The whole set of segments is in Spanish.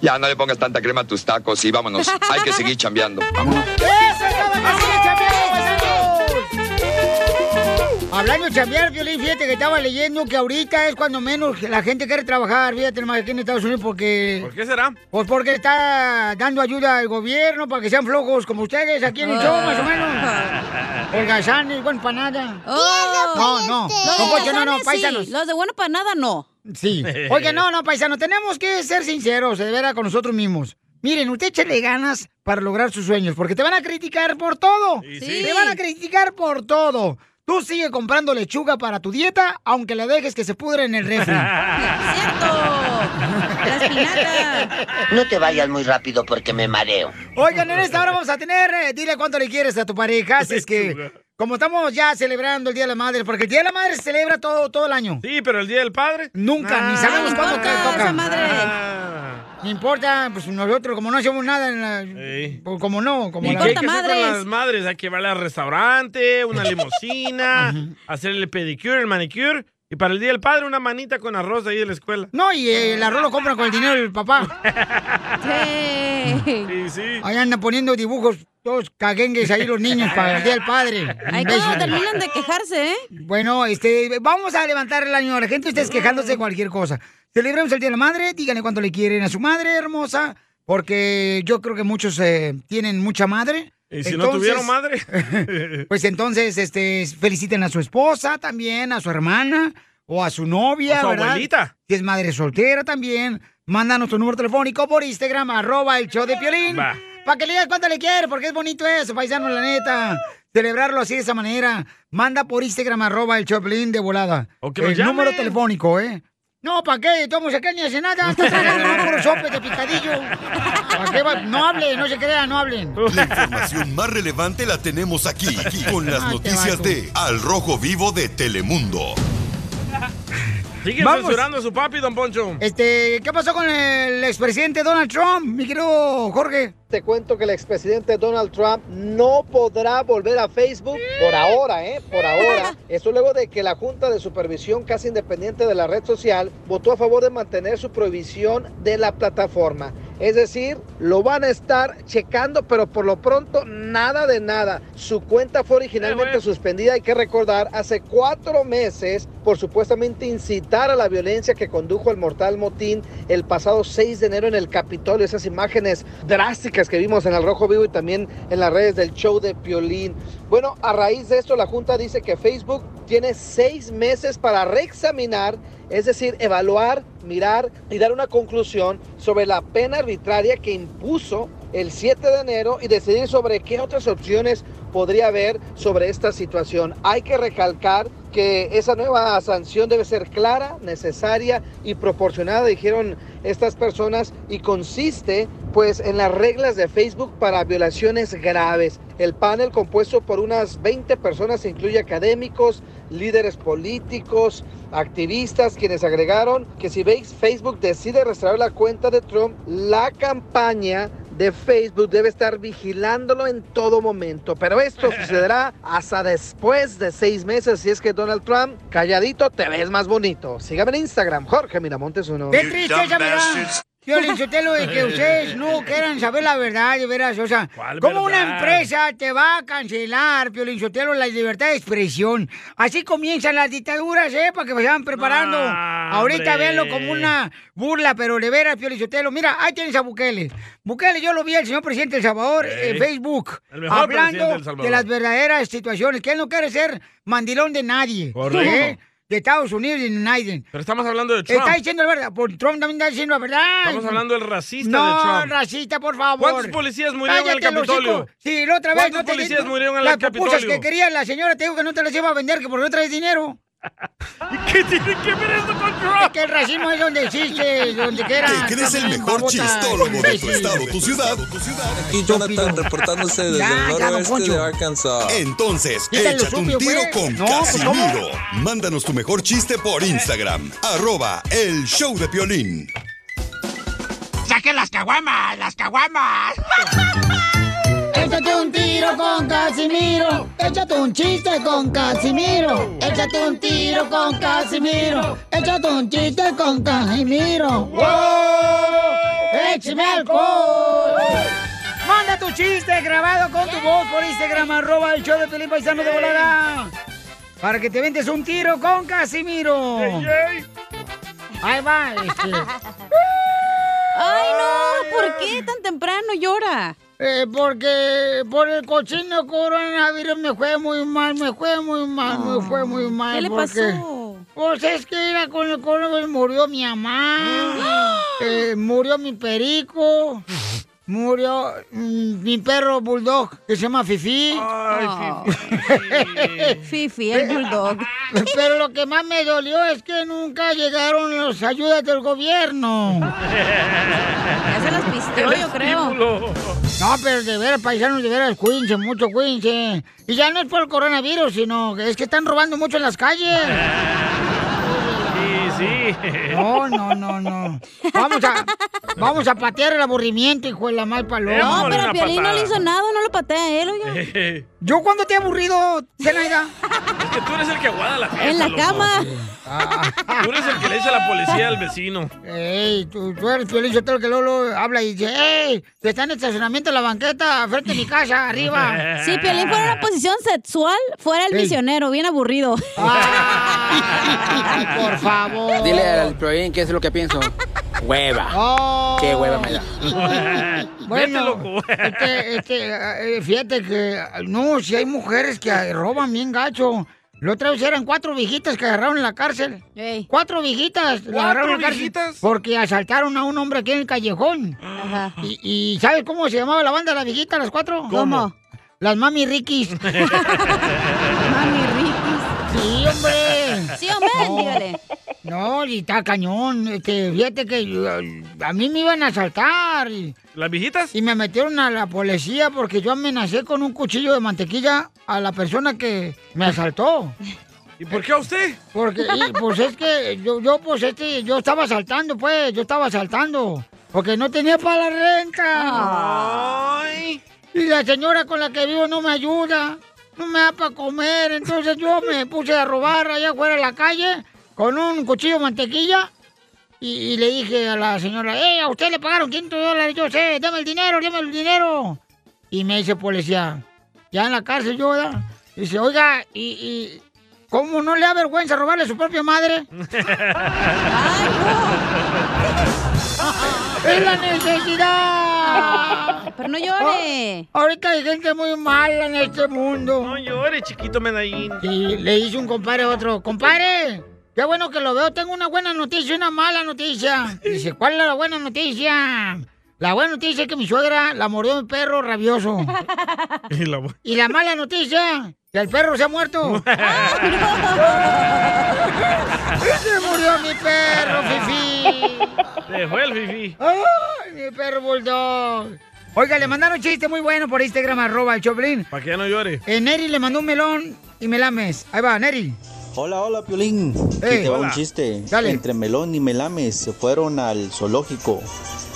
Ya no le pongas tanta crema a tus tacos y vámonos. Hay que seguir chambeando. Hablando de chambear, Piolín, fíjate que estaba leyendo que ahorita es cuando menos la gente quiere trabajar, fíjate, más aquí en Estados Unidos, porque... ¿Por qué será? Pues porque está dando ayuda al gobierno para que sean flojos como ustedes aquí en el show, más o menos. Holgazanes, buen para nada. No, no. Oh, Los Don Poncho, no, no, holgazanes sí, paisanos. Los de bueno para nada, no. Sí. Oiga, no, no, paisano, tenemos que ser sinceros, de veras, con nosotros mismos. Miren, usted échale ganas para lograr sus sueños, porque te van a criticar por todo. sí. Te van a criticar por todo. Tú sigue comprando lechuga para tu dieta, aunque la dejes que se pudre en el refri. No te vayas muy rápido porque me mareo. Oigan, en esta hora vamos a tener, eh, dile cuánto le quieres a tu pareja, así es que... Como estamos ya celebrando el Día de la Madre, porque el Día de la Madre se celebra todo, todo el año. Sí, pero el Día del Padre. Nunca, ni sabemos cuándo Ah, ca- toca. esa madre. No importa, pues nosotros, como no hacemos nada en la, Sí. Pues como no, como ¿Y la qué hay que hacer con las madres? Hay que llevarla al restaurante, una limusina, hacerle el pedicure, el manicure. Y para el Día del Padre, una manita con arroz ahí de la escuela. No, y eh, el arroz lo compran con el dinero del papá. Sí, sí. Ahí andan poniendo dibujos, todos caguengues ahí los niños para el día del padre. Ahí cuando Imbéciles. terminan de quejarse, ¿eh? Bueno, este, vamos a levantar el ánimo a la gente, ustedes quejándose de cualquier cosa. Celebremos el Día de la Madre, díganle cuánto le quieren a su madre hermosa, porque yo creo que muchos eh, tienen mucha madre. Y si no tuvieron madre. Pues entonces, este, feliciten a su esposa también, a su hermana o a su novia, O su ¿verdad? abuelita. Si es madre soltera también, mándanos tu número telefónico por Instagram, arroba el show de Piolín. Va. Para que le digas cuánto le quieres, porque es bonito eso, paisano, la neta. Celebrarlo así de esa manera. Manda por Instagram, arroba el show de Piolín de volada. O que nos el número llamen. telefónico, ¿eh? No, ¿para qué? Estamos acá ni hace nada. Estás tragando puros sopes de picadillo. ¿Para qué va? No hablen, no se crean, no hablen. La información más relevante la tenemos aquí, aquí, con las Ah, este noticias vato. de Al Rojo Vivo de Telemundo. Sigue Vamos. censurando a su papi, don Poncho. Este, ¿qué pasó con el expresidente Donald Trump, mi querido Jorge? Te cuento que el expresidente Donald Trump no podrá volver a Facebook por ahora, ¿eh? Por ahora. Eso luego de que la Junta de Supervisión casi independiente de la red social votó a favor de mantener su prohibición de la plataforma. Es decir, lo van a estar checando, pero por lo pronto nada de nada. Su cuenta fue originalmente suspendida, hay que recordar, hace cuatro meses por supuestamente incitar a la violencia que condujo al mortal motín el pasado 6 de enero en el Capitolio. Esas imágenes drásticas que vimos en el Rojo Vivo y también en las redes del show de Piolín. Bueno, a raíz de esto la Junta dice que Facebook tiene seis meses para reexaminar, es decir, evaluar, mirar y dar una conclusión sobre la pena arbitraria que impuso el 7 de enero y decidir sobre qué otras opciones podría haber sobre esta situación. Hay que recalcar que esa nueva sanción debe ser clara, necesaria y proporcionada, dijeron estas personas, y consiste pues en las reglas de Facebook para violaciones graves. El panel compuesto por unas 20 personas incluye académicos, líderes políticos, activistas, quienes agregaron que si veis Facebook decide restaurar la cuenta de Trump, la campaña de Facebook debe estar vigilándolo en todo momento. Pero esto sucederá hasta después de seis meses. Si es que Donald Trump, calladito, te ves más bonito. Sígame en Instagram, Jorge Miramontes uno. ¡Qué tristeza me da! Ah, Yo le Sotelo, de que ustedes no quieran saber la verdad, de veras, o sea, ¿Cuál ¿cómo una verdad? empresa te va a cancelar, Piolín Sotelo, la libertad de expresión? Así comienzan las dictaduras, ¿eh? Para que vayan preparando. Ahorita hombre. véanlo como una burla, pero de veras, Piolín Sotelo, mira, ahí tienes a Bukele. Bukele, yo lo vi al señor presidente del Salvador Ey. en Facebook, El mejor hablando presidente del Salvador. de las verdaderas situaciones, que él no quiere ser mandilón de nadie. Correcto. ¿eh? De Estados Unidos y de Nadie. Pero estamos hablando de Trump. Está diciendo la verdad. Por Trump también está diciendo la verdad. Estamos hablando del racista no, de Trump. racista, por favor. ¿Cuántos policías murieron en el Cállate, los Capitolio? hijos. Sí, la otra vez. ¿Cuántos no te- policías murieron en el las pupusas Capitolio? que quería la señora te digo que no te las iba a vender, que por no traes dinero. ¿Qué tiene que ver esto con Trump? Es que el racismo es donde existe, donde quiera. Te crees el también, mejor babota. chistólogo de tu Sí. estado, tu ciudad. Y Jonathan reportándose desde Ya, el ya, don noroeste Poncho. de Arkansas. Entonces, Quítale échate lo un sucio, tiro pues. con No, pues, Casimiro. Mándanos tu mejor chiste por Instagram. Arroba el show de Piolín. ¡Saque las caguamas! ¡Las caguamas! Échate un tiro con Casimiro. Échate un chiste con Casimiro. Échate un tiro con Casimiro. Échate un chiste con Casimiro. ¡Wow! ¡Échame alcohol! Manda tu chiste grabado con tu voz por Instagram, arroba el show de Felipe Paisano de Volada. Para que te ventes un tiro con Casimiro. Ahí va, este. Ay, no, ¿por qué tan temprano llora? Eh, porque por el cochino coronavirus me fue muy mal, me fue muy mal, me fue muy mal. ¿qué le porque- pasó? Pues es que era con el coronavirus murió mi mamá, eh, murió mi perico, murió mm, mi perro bulldog que se llama Fifi. Oh. Fifi, el bulldog. Pero lo que más me dolió es que nunca llegaron las ayudas del gobierno. Ya se las pisteó, yo creo. No, pero de veras, paisanos, de veras, cuídense, mucho cuídense. Y ya no es por el coronavirus, sino que es que están robando mucho en las calles. Sí, sí. No, no, no, no. Vamos a, vamos a patear el aburrimiento, hijo de la mal paloma. No, pero el violín no le hizo nada, no lo patea a él, oiga. ¿Yo cuando te he aburrido, Zenaida? Es que tú eres el que aguada la fiesta, En la loco. cama. Tú eres el que le dice a la policía al vecino. Ey, tú, tú eres Piolín Sotelo que Lolo habla y dice, ¡Ey! Que está en estacionamiento en la banqueta, frente a mi casa, arriba. Si Piolín fuera una posición sexual, fuera el Ey. misionero, bien aburrido. Ah, por favor. Dile al Proin qué es lo que pienso. Hueva. Oh. Qué hueva me da. Bueno, este, este, eh, fíjate que, no, si hay mujeres que roban bien gacho. Lo otra vez eran cuatro viejitas que agarraron en la cárcel. Cuatro viejitas. la ¿Cuatro agarraron en la cárcel viejitas? Porque asaltaron a un hombre aquí en el callejón. Y, y ¿sabes cómo se llamaba la banda de las viejitas, las cuatro? ¿Cómo? Las Mami Rikis. Mami Sí, hombre. Sí, hombre, No. dígale. No, y está cañón. Este, fíjate que yo- a mí me iban a asaltar. ¿Las viejitas? Y me metieron a la policía porque yo amenacé con un cuchillo de mantequilla a la persona que me asaltó. ¿Y por qué a usted? Porque, y, pues es que yo, yo, pues este, yo estaba asaltando, pues, yo estaba asaltando. Porque no tenía para la renta. Y la señora con la que vivo no me ayuda, no me da para comer. Entonces yo me puse a robar allá afuera de la calle con un cuchillo de mantequilla. Y, y le dije a la señora, hey, a usted le pagaron 500 dólares, yo sé, dame el dinero, dame el dinero. Y me dice policía, ya en la cárcel yo, ¿verdad? Dice, oiga, y, y ¿cómo no le da vergüenza robarle a su propia madre? ¡Es la necesidad! Pero no llore. Ah, ahorita hay gente muy mala en este mundo. No llore, chiquito medallín. Y le dice un compadre a otro, compadre, qué bueno que lo veo, tengo una buena noticia y una mala noticia. Dice, ¿cuál es la buena noticia? La buena noticia es que mi suegra la mordió mi perro rabioso. Y la bu- Y la mala noticia, que el perro se ha muerto. ¡Se murió mi perro, Fifi! Se fue el fifi. ¡Ay, mi perro bulldog! Oiga, le mandaron chiste muy bueno por Instagram, arroba el Choplin. Para que ya no llore. Eh, Neri le mandó un melón y melames. Ahí va, Neri. Hola, hola, Piolín. Ey, Aquí te va hola. un chiste. Entre Melón y Melames se fueron al zoológico.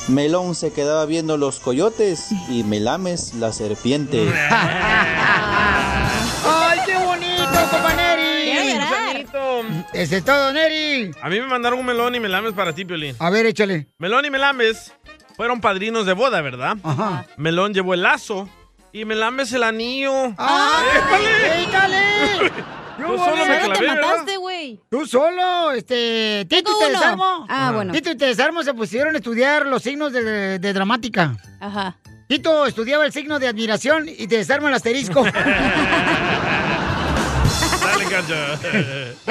Melón se quedaba viendo los coyotes y Melames la serpiente. ¡Ay, qué bonito, compa Neri! Quiero llorar. Qué bonito. Ese es todo, Neri. A mí me mandaron un melón y melames para ti, Piolín. A ver, échale. Melón y melames fueron padrinos de boda, ¿verdad? Ajá. Melón llevó el lazo y melames el anillo. Ah. ¡Ay, échale! Yo solo me Solo te clavé, ¿verdad? mataste, güey. Tú solo, este, Tito Tengo y te uno. desarmo. Ah, bueno. Tito y te desarmo se pusieron a estudiar los signos de, de dramática. Ajá. Tito estudiaba el signo de admiración y te desarmo el asterisco. Dale, cancha.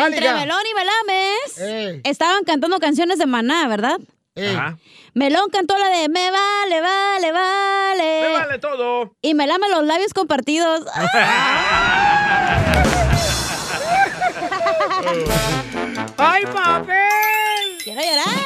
Entre Melón y Melames estaban cantando canciones de Maná, ¿verdad? Ajá. Melón cantó la de Me vale, vale, vale. Me vale todo. Y me lame los labios compartidos. ¡Ay, papel! Quiero llorar.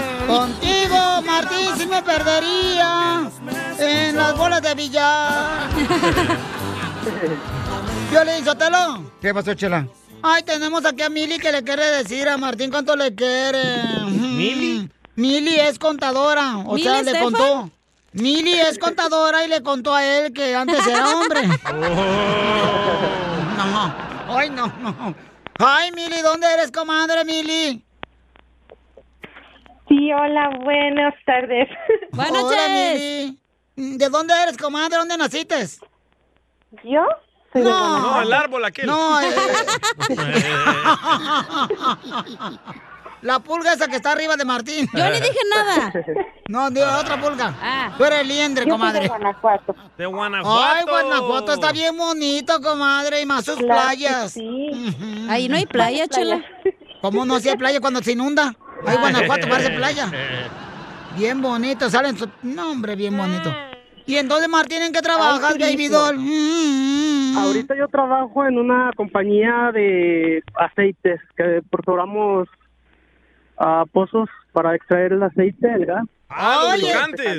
Contigo, Martín, sí me perdería en las bolas de billar. Yo le Sotelo. ¿Qué pasó, Chela? Ay, tenemos aquí a Mili que le quiere decir a Martín cuánto le quiere. ¿Mili? Mili es contadora, o ¿Mili sea, le Estefan? contó. Mili es contadora y le contó a él que antes era hombre. No, ay, no, no. Ay, Mili, ¿dónde eres, comadre Mili? Sí, hola, buenas tardes. Buenas noches. ¿De dónde eres, comadre? ¿Dónde naciste? ¿Yo? No, No, el árbol aquel. No, eh, la pulga esa que está arriba de Martín. Yo ni dije nada. No, de otra pulga. Ah. Tú eres liendre, Yo soy de comadre. Guanajuato. De Guanajuato. Ay, Guanajuato está bien bonito, comadre, y más sus Claro que playas. Ahí no hay playa, chela. Ah. ¿Cómo no hacía playa cuando se inunda? Ay, Guanajuato parece playa. Bien bonito, salen su... No, hombre, bien bonito. ¿Y entonces, Martín, en qué trabajas, baby doll? Ahorita yo trabajo en una compañía de aceites que perforamos ah, pozos para extraer el aceite, ¿verdad? Ah, Oye,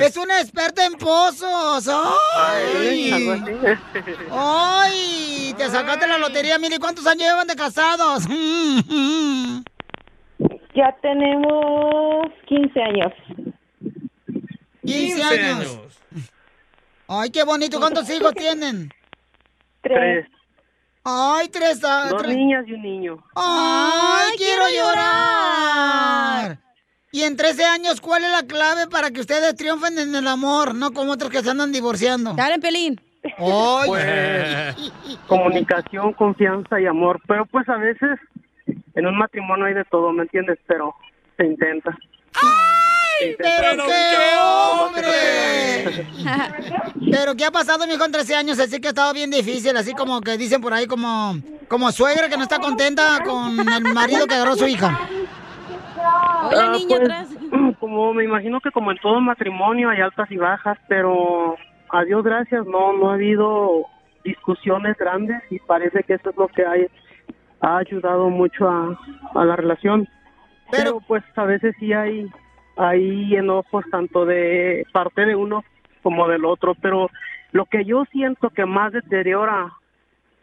es un experto en pozos. algo ¡Ay! así. ¡Ay! Te sacaste la lotería, Mili. ¿Cuántos años llevan de casados? Ya tenemos 15 años. 15 años. Ay, qué bonito. ¿Cuántos hijos tienen? Tres. Ay, tres. ah, Dos tres. niñas y un niño. Ay, Ay, quiero quiero llorar. Y en 13 años, ¿cuál es la clave para que ustedes triunfen en el amor? No como otros que se andan divorciando. Dale, Pelín. Oye. Pues, comunicación, confianza y amor. Pero pues a veces en un matrimonio hay de todo, ¿me entiendes? Pero se intenta. ¡Ay! Pero qué hombre. Pero qué ha pasado, mijo, en 13 años, así que ha estado bien difícil, así como que dicen por ahí como como suegra que no está contenta con el marido que agarró su hija. Ah, pues, Como me imagino que como en todo matrimonio hay altas y bajas, pero a Dios gracias no no ha habido discusiones grandes y parece que eso es lo que hay, ha ayudado mucho a, a la relación. Pero pues a veces sí hay hay enojos tanto de parte de uno como del otro, pero lo que yo siento que más deteriora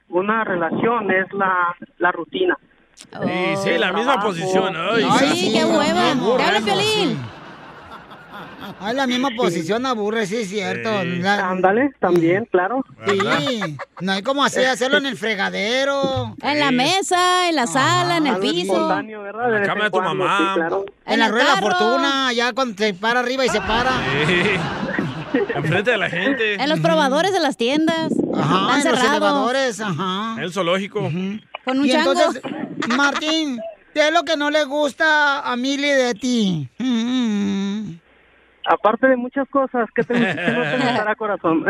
una relación es la, la rutina. Sí, sí, la misma posición. Ay, sí, qué hueva. Te habla Piolín. Ay, la misma posición aburre, sí es cierto. La- Ándale, también, claro. sí, no hay como así hacerlo en el fregadero. Eh. Ah, En la mesa, en la sala, en el piso. En la cama de tu mamá. En la rueda de la fortuna, ya cuando se para arriba y se para. Sí. Enfrente de la gente. En los probadores de las tiendas. Ajá, Están en los cerrados. elevadores, ajá. El zoológico. Con un y chango. entonces, Martín, ¿qué es lo que no le gusta a Mili de ti? Aparte de muchas cosas, que te gusta que no te gustará, corazón?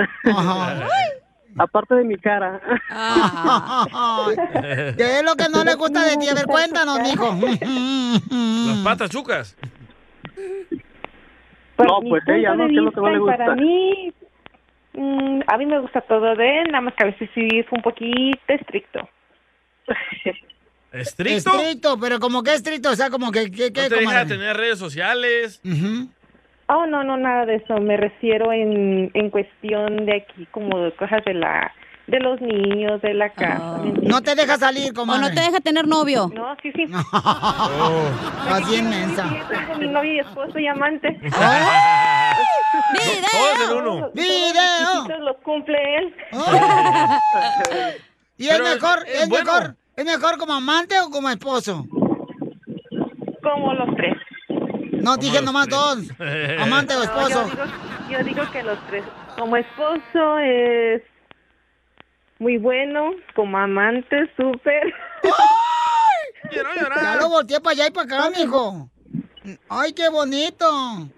Aparte de mi cara. Ah. ¿Qué es lo que no le gusta de ti? A ver, cuéntanos, mijo. Las patas chucas. No, Mi pues ella, ¿no? punto de ¿Qué es lo que no vista le y Para gusta? mí, mm, a mí me gusta todo de él, nada más que a veces sí fue un poquito estricto. ¿Estricto? Estricto, pero como que estricto, o sea, como que... que, que ¿No te deja comadre? tener redes sociales? Oh, no, no, nada de eso. Me refiero en, en cuestión de aquí, como de cosas de la de los niños, de la casa. Ah. ¿me entiendes? No te deja salir, comadre. no te deja tener novio. No, sí, sí. Así en mensa. Tengo mi novio y esposo y amante. Todos en uno. Ah. ¡Video! Los cumple él. ¿Y es Pero es- mejor, es es, bueno. mejor, es mejor como amante o como esposo? Como los tres. No, dije nomás dos. Amante o No, esposo. yo, digo, yo digo que los tres. Como esposo es muy bueno, como amante súper. Ya lo volteé para allá y para acá, mijo. Ay, qué bonito.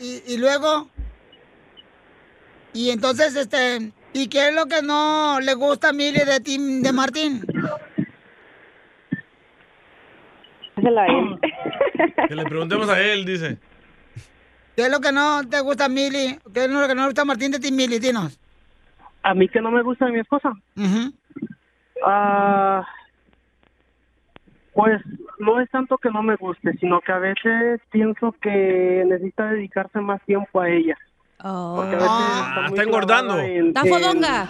Y, y luego. Y entonces, este. ¿Y qué es lo que no le gusta a Mili de ti, de Martín? Que le preguntemos a él, dice. ¿Qué es lo que no te gusta a Mili? ¿Qué es lo que no le gusta a Martín de ti, Mili? Dinos. A mí que no me gusta de mi esposa. Ah, pues no es tanto que no me guste, sino que a veces pienso que necesita dedicarse más tiempo a ella. Porque a veces Ah, muy está engordando. clavada en- Está en- fodonga.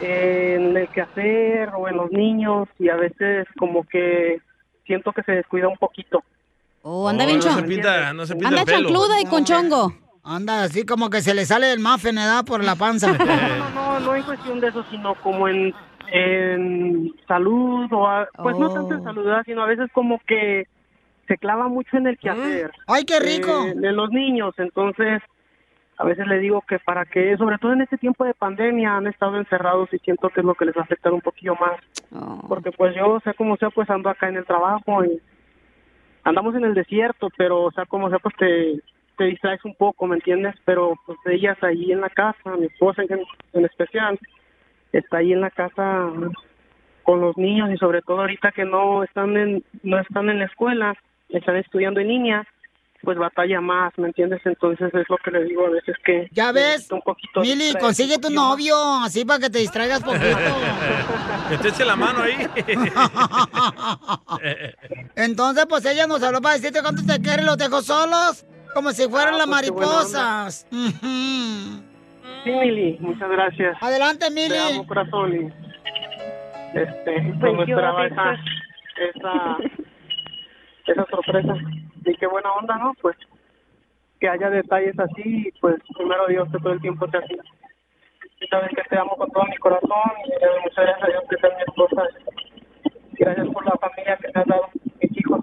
En, el quehacer o en los niños y a veces como que siento que se descuida un poquito. Oh, anda Oh, bien no se chon. pinta, no se pinta Anda el pelo. chancluda y con chongo. Anda, así como que se le sale el muffin, ¿verdad? Por la panza. Eh, No, no, no en cuestión de eso, sino como en, en salud o a- pues no tanto Oh. en salud, ¿verdad? sino a veces como que se clava mucho en el quehacer. Mm. eh, ¡Ay, qué rico! de los niños, entonces a veces le digo que para que, sobre todo en este tiempo de pandemia, han estado encerrados y siento que es lo que les va a afectar un poquillo más. Porque pues yo, sea como sea, pues ando acá en el trabajo y andamos en el desierto, pero sea como sea, pues te, te distraes un poco, ¿me entiendes? Pero pues ellas ahí en la casa, mi esposa en, en especial, está ahí en la casa con los niños y sobre todo ahorita que no están en, no están en la escuela, están estudiando en línea, pues batalla más, ¿me entiendes? Entonces es lo que le digo a veces que... Ya ves, necesito un poquito de Mili, distraer- consigue tu novio, así para que te distraigas poquito. Que te eche la mano ahí. Entonces, pues ella nos habló para decirte cuánto te quiere, los dejo solos, como si fueran las pues, qué buena mariposas. Ujú. Sí, Mili, muchas gracias. Adelante, Mili. Te amo, corazón. y, Este, no Pues me yo esperaba de esa, esa, esa sorpresa. Y qué buena onda, ¿no? Pues que haya detalles así, pues primero Dios que todo el tiempo te hacía. Y sabes que te amo con todo mi corazón y le doy muchas gracias a Dios que seas mi esposa. Gracias por la familia que te has dado, mis hijos.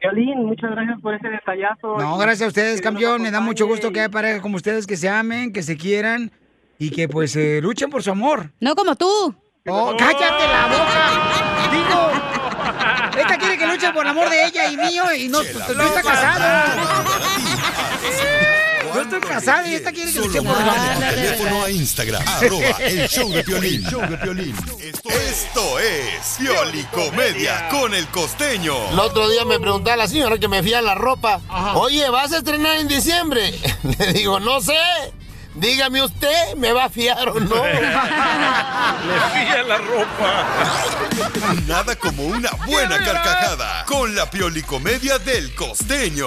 Violín, muchas gracias por ese detallazo. No, Y- gracias a que ustedes, Dios nos campeón. Me da mucho acompañe gusto que haya parejas como ustedes que se amen, que se quieran y que pues eh, luchen por su amor. No como tú. Oh, cállate la boca. Digo, esta quiere que luche por el amor de ella y mío y no, pues, no está casada. Yo estoy casada y esta quiere que luche Solo por el manda amor. tu teléfono a Instagram, arroba el show de Piolín. Esto es Piolicomedia con el costeño. El otro día me preguntaba la señora que me fía la ropa. Oye, ¿vas a estrenar en diciembre? Le digo, no sé. Dígame usted, ¿me va a fiar o no? Le fía la ropa. Nada como una buena carcajada con la Piolicomedia del costeño.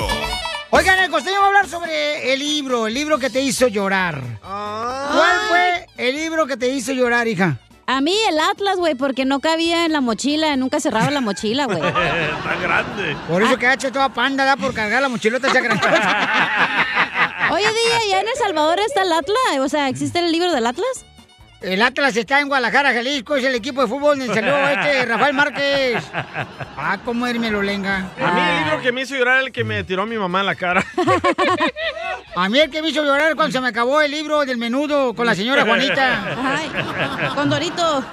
Oigan, el costeño va a hablar sobre el libro, el libro que te hizo llorar. Ah. ¿Cuál fue el libro que te hizo llorar, hija? A mí el Atlas, güey, porque no cabía en la mochila, nunca cerraba la mochila, güey. Está grande. Por eso que ha hecho toda panda, da por cargar la mochilota esa gran cosa. Oye, DJ, ¿ya en El Salvador está el Atlas? O sea, ¿existe el libro del Atlas? El Atlas está en Guadalajara, Jalisco, es el equipo de fútbol donde salió este Rafael Márquez. Ah, cómo él me lo lenga. A mí el libro que me hizo llorar es el que me tiró mi mamá en la cara. A mí el que me hizo llorar cuando se me acabó el libro del menudo con la señora Juanita. con Dorito.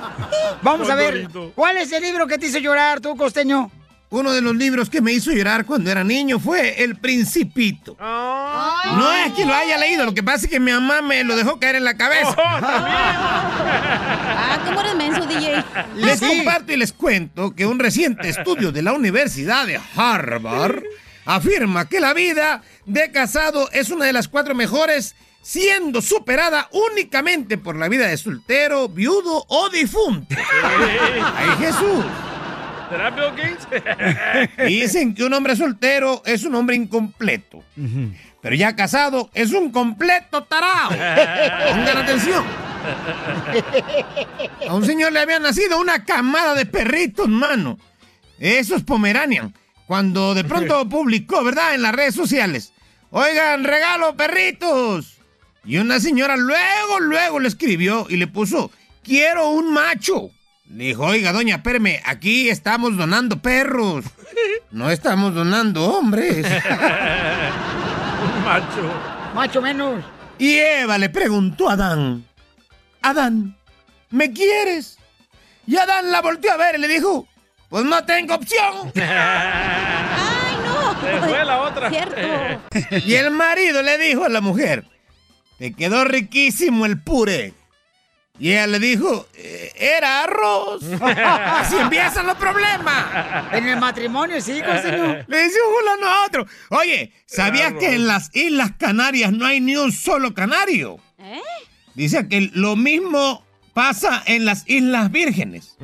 Vamos a Con ver, Dorito. ¿cuál es el libro que te hizo llorar tú, costeño? Uno de los libros que me hizo llorar cuando era niño fue El Principito. No es que lo haya leído, lo que pasa es que mi mamá me lo dejó caer en la cabeza. Ah, ¿cómo eres menso, DJ? Les comparto y les cuento que un reciente estudio de la Universidad de Harvard afirma que la vida de casado es una de las cuatro mejores, siendo superada únicamente por la vida de soltero, viudo o difunto. ¡Ay, Jesús! ¿Será Bill Gates? Dicen que un hombre soltero es un hombre incompleto. Pero ya casado es un completo tarao. Pongan atención. A un señor le había nacido una camada de perritos, mano. Esos Pomeranian. Cuando de pronto publicó, ¿verdad? En las redes sociales. Oigan, regalo perritos. Y una señora luego, luego le escribió y le puso, quiero un macho. Le dijo, oiga, doña, espérame, aquí estamos donando perros. No estamos donando hombres. macho. Macho menos. Y Eva le preguntó a Adán, Adán, ¿me quieres? Y Adán la volteó a ver y le dijo, pues no tengo opción. ¡Ay, no! Se fue la otra. Cierto. Y el marido le dijo a la mujer, te quedó riquísimo el puré. Y ella le dijo, "Eh, era arroz. Así empiezan los problemas. En el matrimonio, sí, costeño. Le dice un fulano a otro, oye, ¿sabías que en las Islas Canarias no hay ni un solo canario? Dice que lo mismo pasa en las Islas Vírgenes.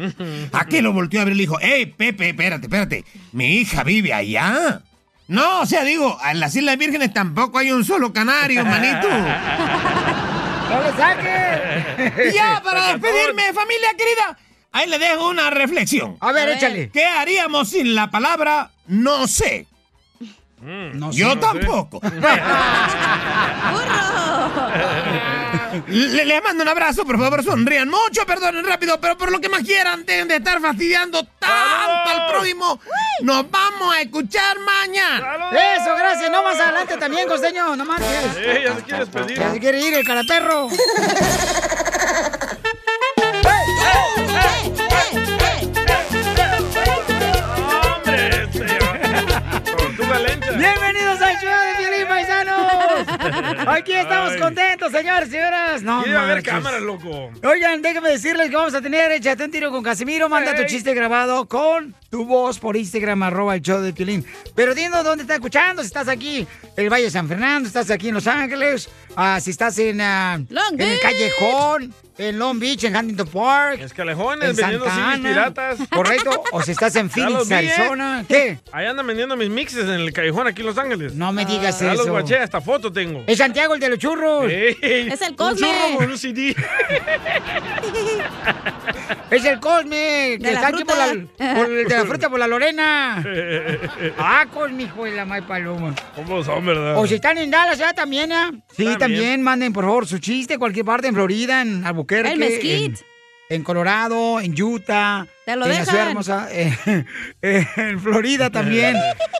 Aquel lo volteó a ver y le dijo, hey, Pepe, espérate, espérate, mi hija vive allá. No, o sea, digo, en las Islas Vírgenes tampoco hay un solo canario, manito. ¡No le saque! Y ya, para despedirme, familia querida, ahí le dejo una reflexión. A ver, échale. ¿Qué haríamos sin la palabra no sé? Mm, sé, Yo no sé. tampoco. Le- Les mando un abrazo, por favor, sonrían mucho, perdonen rápido, pero por lo que más quieran, dejen de estar fastidiando tanto al prójimo. Nos vamos a escuchar mañana. Eso, gracias. No más adelante también, costeño. No marches. Eh, ya se quiere despedir. Ya se quiere ir el caraperro. este. Bienvenidos al show de Violín Paisanos. Aquí estamos Ay. contentos, señores y señoras. No, Quiere haber marches. cámaras, loco. Oigan, déjenme decirles que vamos a tener Échate un tiro con Casimiro. Manda tu Ey. chiste grabado con tu voz por Instagram, arroba el show de Piolín. Pero dinos dónde estás escuchando. Si estás aquí en el Valle de San Fernando, estás aquí en Los Ángeles, ah, si estás en, ah, Long en el Beach. Callejón, en Long Beach, en Huntington Park. Escalejones, en vendiendo Santa CDs Ana. piratas. Correcto. O si estás en Ya los Phoenix, vi, ¿eh? Arizona. ¿Qué? Ahí andan vendiendo mis mixes en el callejón aquí en Los Ángeles. No me digas Ya los eso. guaché, hasta foto tengo. Es Santiago el de los churros. Ey, Es el Un Cosme. churro por un CD. Es el Cosme, que De la está aquí por, fruta. la, por el de la fruta, por la Lorena. Ah, Cosme, hijo de la May Paloma. ¿Cómo son, verdad? O si están en Dallas, ya también, ¿ah? Sí, también. También. manden, por favor, su chiste, cualquier parte, en Florida, en Albuquerque. El Mesquite. En, en Colorado, en Utah. Te lo en la ciudad dejan. hermosa, eh, en Florida también.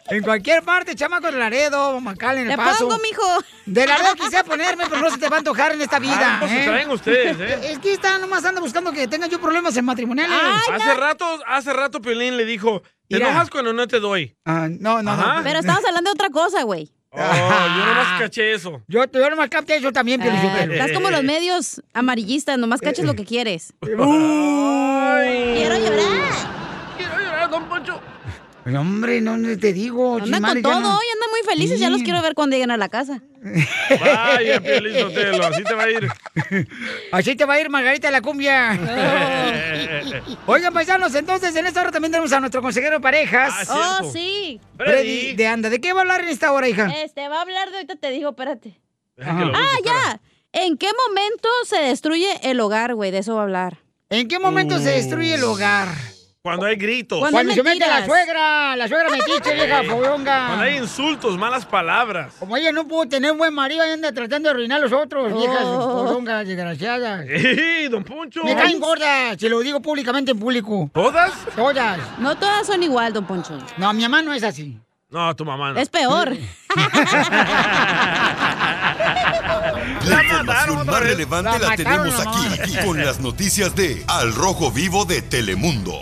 en cualquier parte, chamaco de Laredo, Macal, en El Le Paso. pongo, mijo. De Laredo quise ponerme, pero no se te va a antojar en esta vida. Algo Ah, se ¿eh? traen ustedes, ¿eh? Es que está nomás anda buscando que tenga yo problemas en matrimoniales. hace rato, hace rato Pelín le dijo, te Mira. enojas cuando no te doy. Ah, no, no, Ajá. no. Pero estamos hablando de otra cosa, güey. Oh, ah. yo nomás caché eso. Yo, yo nomás capté yo también, Piolín Ah, Sotelo. Estás como los medios amarillistas, nomás cachas lo que quieres. Uy. Quiero llorar. Quiero llorar, don Poncho. No, Pues, hombre, no, no te digo. Andan Chimales, con ya todo no. hoy, andan muy felices, ya los Sí. quiero ver cuando lleguen a la casa. Vaya, Pelín Sotelo, así te va a ir. Así te va a ir Margarita la cumbia. Oigan, paisanos, entonces en esta hora también tenemos a nuestro consejero de parejas. Ah, cierto. Oh, sí. Freddy de Anda. ¿De qué va a hablar en esta hora, hija? Este, va a hablar de ahorita, te digo, espérate. Deja que lo Ah, busque, espera. ya. ¿En qué momento se destruye el hogar, güey? De eso va a hablar. ¿En qué momento se destruye el hogar? Cuando hay gritos. Cuando- Cuando se mete mentiras. la suegra, la suegra metiche, vieja Cuando hay fogonga. insultos, malas palabras. Como ella no pudo tener buen marido, ella anda tratando de arruinar a los Oh. otros, viejas fogongas desgraciadas. ¡Ey, don Poncho! Me caen gordas, si lo digo públicamente en público. ¿Todas? Todas. No todas son igual, don Poncho. No, mi mamá no es así. No, tu mamá no. Es peor. La información otra más vez. relevante La la, mataron, tenemos la aquí, mamá. aquí con las noticias de Al Rojo Vivo de Telemundo.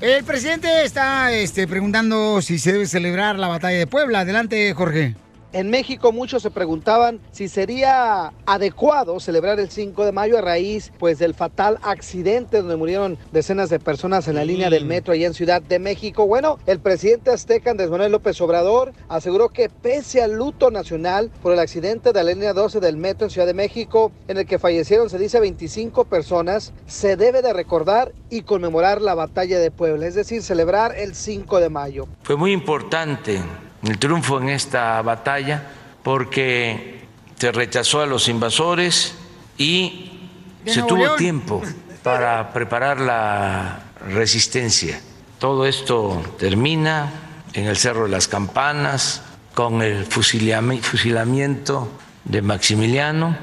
El presidente está este, preguntando si se debe celebrar la batalla de Puebla. Adelante, Jorge. En México muchos se preguntaban si sería adecuado celebrar el 5 de mayo a raíz pues del fatal accidente donde murieron decenas de personas en la línea del metro allá en Ciudad de México. Bueno, el presidente azteca Andrés Manuel López Obrador aseguró que pese al luto nacional por el accidente de la línea 12 del metro en Ciudad de México en el que fallecieron se dice 25 personas, se debe de recordar y conmemorar la batalla de Puebla, es decir, celebrar el 5 de mayo. Fue muy importante el triunfo en esta batalla porque se rechazó a los invasores y De se Nuevo tuvo León. tiempo para preparar la resistencia. Todo esto termina en el Cerro de las Campanas con el fusilami- fusilamiento de Maximiliano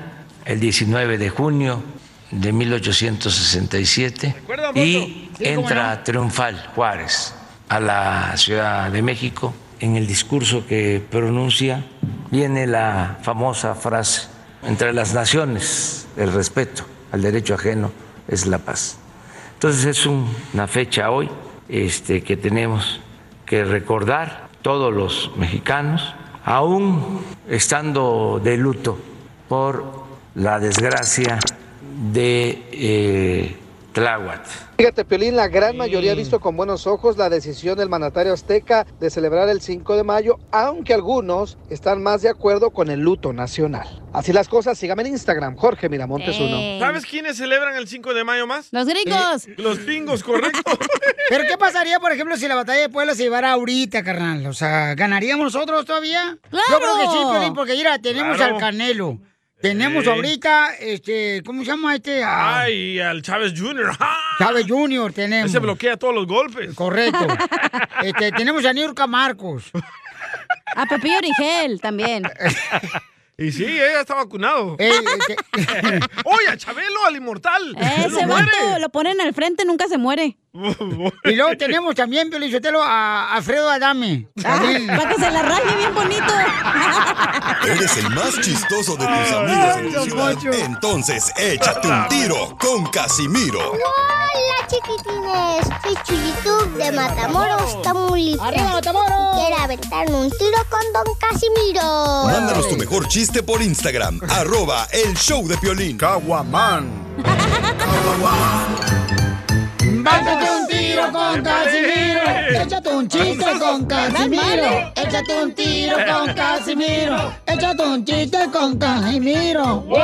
el 19 de junio de 1867 ¿Recuerda, Mozo? y Sí, cómo entra triunfal Juárez a la Ciudad de México. En el discurso que pronuncia viene la famosa frase, entre las naciones el respeto al derecho ajeno es la paz. Entonces es un- una fecha hoy este, que tenemos que recordar todos los mexicanos, aún estando de luto por la desgracia de eh, Tláhuac. Fíjate, Piolín, la gran mayoría ha visto con buenos ojos la decisión del mandatario azteca de celebrar el 5 de mayo, aunque algunos están más de acuerdo con el luto nacional. Así las cosas, sígame en Instagram, Jorge Miramontes uno. ¿Sabes quiénes celebran el 5 de mayo más? Los gringos. los gringos, correcto. Pero ¿qué pasaría, por ejemplo, si la batalla de Puebla se llevara ahorita, carnal? O sea, ¿ganaríamos nosotros todavía? Yo creo que sí, Piolín, porque mira, tenemos Claro. al Canelo. Tenemos Sí. ahorita, este, ¿cómo se llama este? Ah, Ay, al Chávez Jr. ¡Ah! Chávez Junior tenemos. Ese bloquea todos los golpes. Correcto. Este, tenemos a Niurka Marcos. A Pepillo Origel también. Y sí, ella está vacunado. ¡Oye, a Chabelo, al inmortal! Ese ¡No muere! vato lo ponen al frente, nunca se muere. Y luego tenemos también, Piolín Sotelo, a Alfredo Adame. Ah, para que se la raye bien bonito. Eres el más chistoso de tus amigos en tu ciudad. Entonces, échate un tiro con Casimiro. Hola chiquitines, soy Chuyitub de Matamoros, Tamaulipas. ¡Arriba, Matamoros! Quiero aventarme un tiro con Don Casimiro. Mándanos tu mejor chiste por Instagram, arroba el show de Piolín. Caguaman. Mándate un tiro con Casimiro. Échate un chiste con Casimiro. Échate un tiro con Casimiro. Échate un chiste con Casimiro. ¡Wow!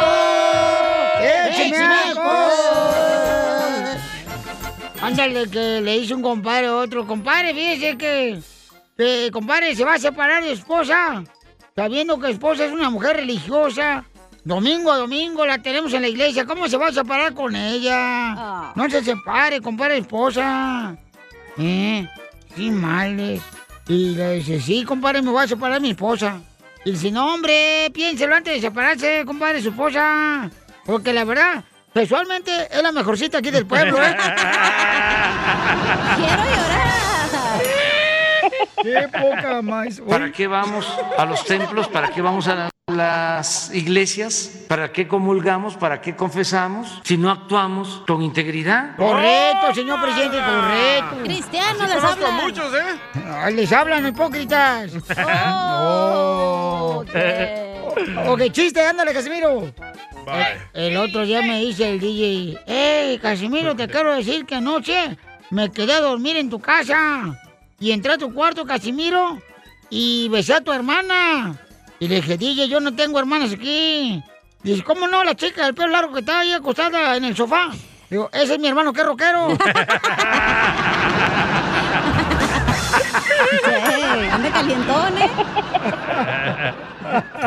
¡Échame alcohol! Ándale, que le hizo un compadre a otro. Compadre, fíjese que, que, compadre se va a separar de esposa. Sabiendo que esposa es una mujer religiosa. Domingo a domingo la tenemos en la iglesia. ¿Cómo se va a separar con ella? No se separe, compadre, esposa. ¿Eh? Sí, males. Y le dice, sí, compadre, me voy a separar de mi esposa. Y dice, no, hombre, piénselo antes de separarse, compadre, su esposa. Porque la verdad, sexualmente es la mejorcita aquí del pueblo, ¿eh? Quiero llorar. ¡Qué poca más! ¿Para qué vamos a los templos? ¿Para qué vamos a la- las iglesias? ¿Para qué comulgamos? ¿Para qué confesamos? Si no actuamos con integridad. Correcto, señor presidente, correcto. Cristiano, les conozco a hablan. muchos, ¿eh? Ay, les hablan, hipócritas. Oh, ok. Ok, Oh, chiste, ándale, Casimiro. Eh, El otro día me dice el DJ, hey, Casimiro, te quiero decir que anoche me quedé a dormir en tu casa. Y entré a tu cuarto, Casimiro, y besé a tu hermana. Y le dije, DJ, yo no tengo hermanas aquí. Dice, ¿cómo no? La chica del pelo largo que estaba ahí acostada en el sofá. Digo, ese es mi hermano, qué rockero. Anda calientón, ¿eh?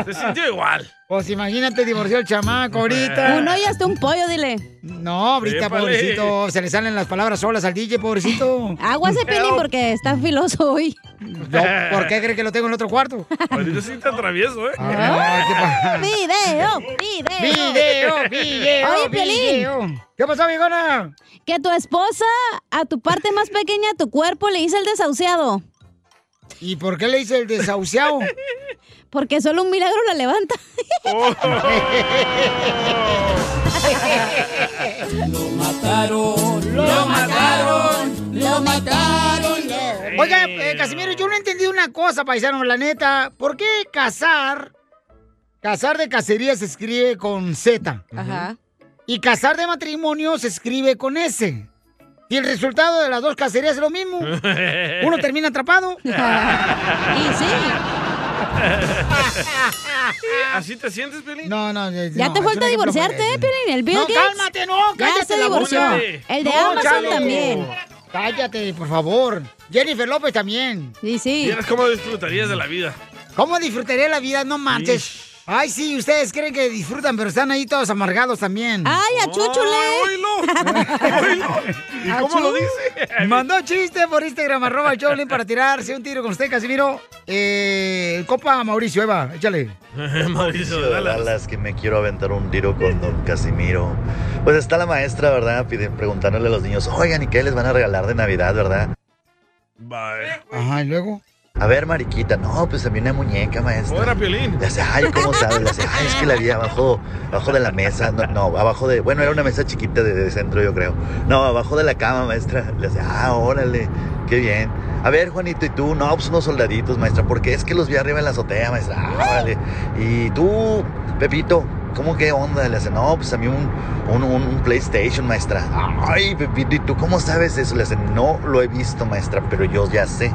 Se sintió igual. Pues imagínate, divorció el chamaco ahorita. Uno y hasta un pollo, dile. No, ahorita, Épale. pobrecito, se le salen las palabras solas al DJ, pobrecito. Agua ese pelín porque está filoso hoy. No, ¿Por qué cree que lo tengo en otro cuarto? Ahorita Pues sí te atravieso, ¿eh? Video, video. Video, video, Oye, Pelín. video. ¿Qué pasó, amigona? Que tu esposa, a tu parte más pequeña, a tu cuerpo, le hizo el desahuciado. ¿Y por qué le hice el desahuciado? Porque solo un milagro la levanta. Lo mataron, lo mataron, lo lo mataron. Oiga, eh, Casimiro, yo no he entendido una cosa, paisano, la neta. ¿Por qué cazar, cazar de cacería se escribe con Z? Ajá. Y cazar de matrimonio se escribe con S. Y el resultado de las dos cacerías es lo mismo. Uno termina atrapado. Y sí. ¿Así te sientes, Pelín? No, no, no, Ya no, te eso no falta se divorciarte, puede. ¿eh, Piolín? El Bill No, Gates cálmate, no, Ya cállate se la divorció. boca. El de No, Amazon chale. también. Cállate, por favor. Jennifer López también. Sí, sí. Vieras cómo disfrutarías de la vida. ¿Cómo disfrutaría la vida? No manches. Ay, sí, ustedes creen que disfrutan, pero están ahí todos amargados también. ¡Ay, a ¡Oílo! ¿Y cómo lo dice? Mandó chiste por Instagram, arroba el Choplin, para tirarse un tiro con usted, Casimiro. Eh, copa Mauricio, Eva, échale. Mauricio de Dallas, que me quiero aventar un tiro con don Casimiro. Pues está la maestra, ¿verdad? Pide- preguntándole a los niños, oigan, ¿y qué les van a regalar de Navidad, verdad? Ajá, ¿y luego? A ver, Mariquita, no, pues también una muñeca, maestra. Ahora, Piolín. Le hace, ay, ¿cómo sabes? Le hace, ay, es que la vi abajo, abajo de la mesa. No, no, abajo de, bueno, era una mesa chiquita de, de centro, yo creo. No, abajo de la cama, maestra. Le hace, ah, órale, qué bien. A ver, Juanito, ¿y tú? No, pues unos soldaditos, maestra, porque es que los vi arriba en la azotea, maestra. Ah, órale. Y tú, Pepito, ¿cómo qué onda? Le hace, no, pues a mí un, un, un- un PlayStation, maestra. Ay, Pepito, ¿y tú cómo sabes eso? Le hace, no lo he visto, maestra, pero yo ya sé.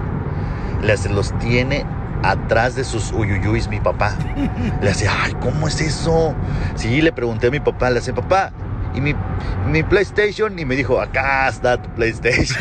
Le hace, los tiene atrás de sus uyuyuis mi papá. Le hace, ay, ¿cómo es eso? Sí, le pregunté a mi papá, le hace, papá, ¿y mi, mi PlayStation? Y me dijo, acá está tu PlayStation.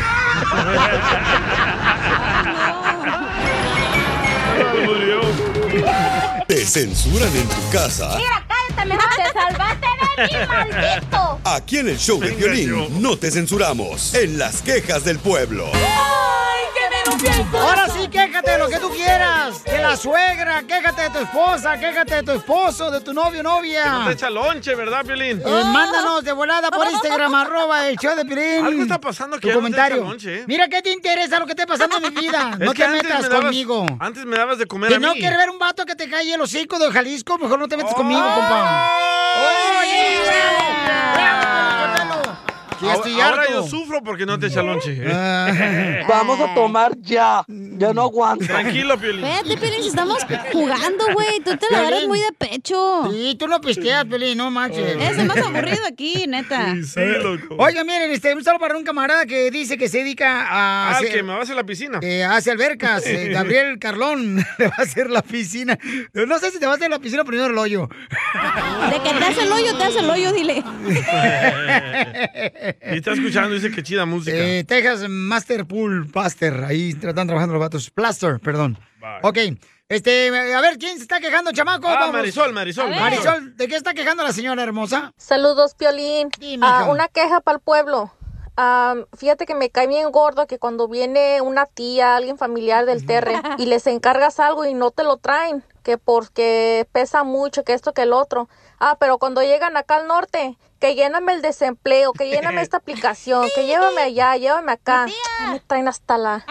Ah, Te censuran en tu casa. cállate, mejor te salvaste de mí, maldito. Aquí en el show de violín no te censuramos. En las quejas del pueblo. ¡Ay, que me rompió el Ahora sí, quéjate de lo que tú quieras. De la suegra, quéjate de tu esposa, quéjate de tu esposo, de tu novio, novia. Que no te echa lonche, ¿verdad, Piolín? Eh, mándanos de volada por Instagram, arroba el show de Pirín. Algo está pasando que tu ya no te comentario. echa lonche, ¿eh? Mira, ¿qué te interesa lo que esté pasando en mi vida? Es No que te antes metas me dabas- conmigo. Antes me dabas de comer Si a mí. Oh. no quieres ver un vato que te calle el hocico de Jalisco, mejor no te metas conmigo, compa. ¡Oye, bravo! ¡Bravo, Ahora- estoy Ahora harto. yo Ah. sufro porque no te echa lonche. Vamos a tomar ya. Ya no aguanto. Tranquilo, Piolín. Espérate, Piolín, si estamos jugando, güey. Tú te la Piolín. agarras muy de pecho. Sí, tú no pisteas, Pelín, no manches. Es el más aburrido aquí, neta. Oiga, miren, este, un saludo para un camarada que dice que se dedica a. Ah, hacer- que me vas a la piscina. Eh, hace albercas. eh, Gabriel Carlón le va a hacer la piscina. No sé si te va a hacer la piscina o primero el hoyo. De que te hace el hoyo, te hace el hoyo, dile. Y está escuchando, dice que chida música. Eh, Texas Master Pool Plaster. Ahí tra- están trabajando los vatos. Plaster, perdón. Ok. Este, a ver, ¿quién se está quejando, chamaco? Ah, Vamos. Marisol, Marisol, A ver. Marisol, ¿de qué está quejando la señora hermosa? Saludos, Piolín. Ah, hija. una queja para el pueblo. Ah, fíjate que me cae bien gordo que cuando viene una tía, alguien familiar del terre y les encargas algo y no te lo traen, que porque pesa mucho, que esto, que el otro. Ah, pero cuando llegan acá al norte, que lléname el desempleo, que lléname esta aplicación, que llévame allá, llévame acá. Ah, Me traen hasta la...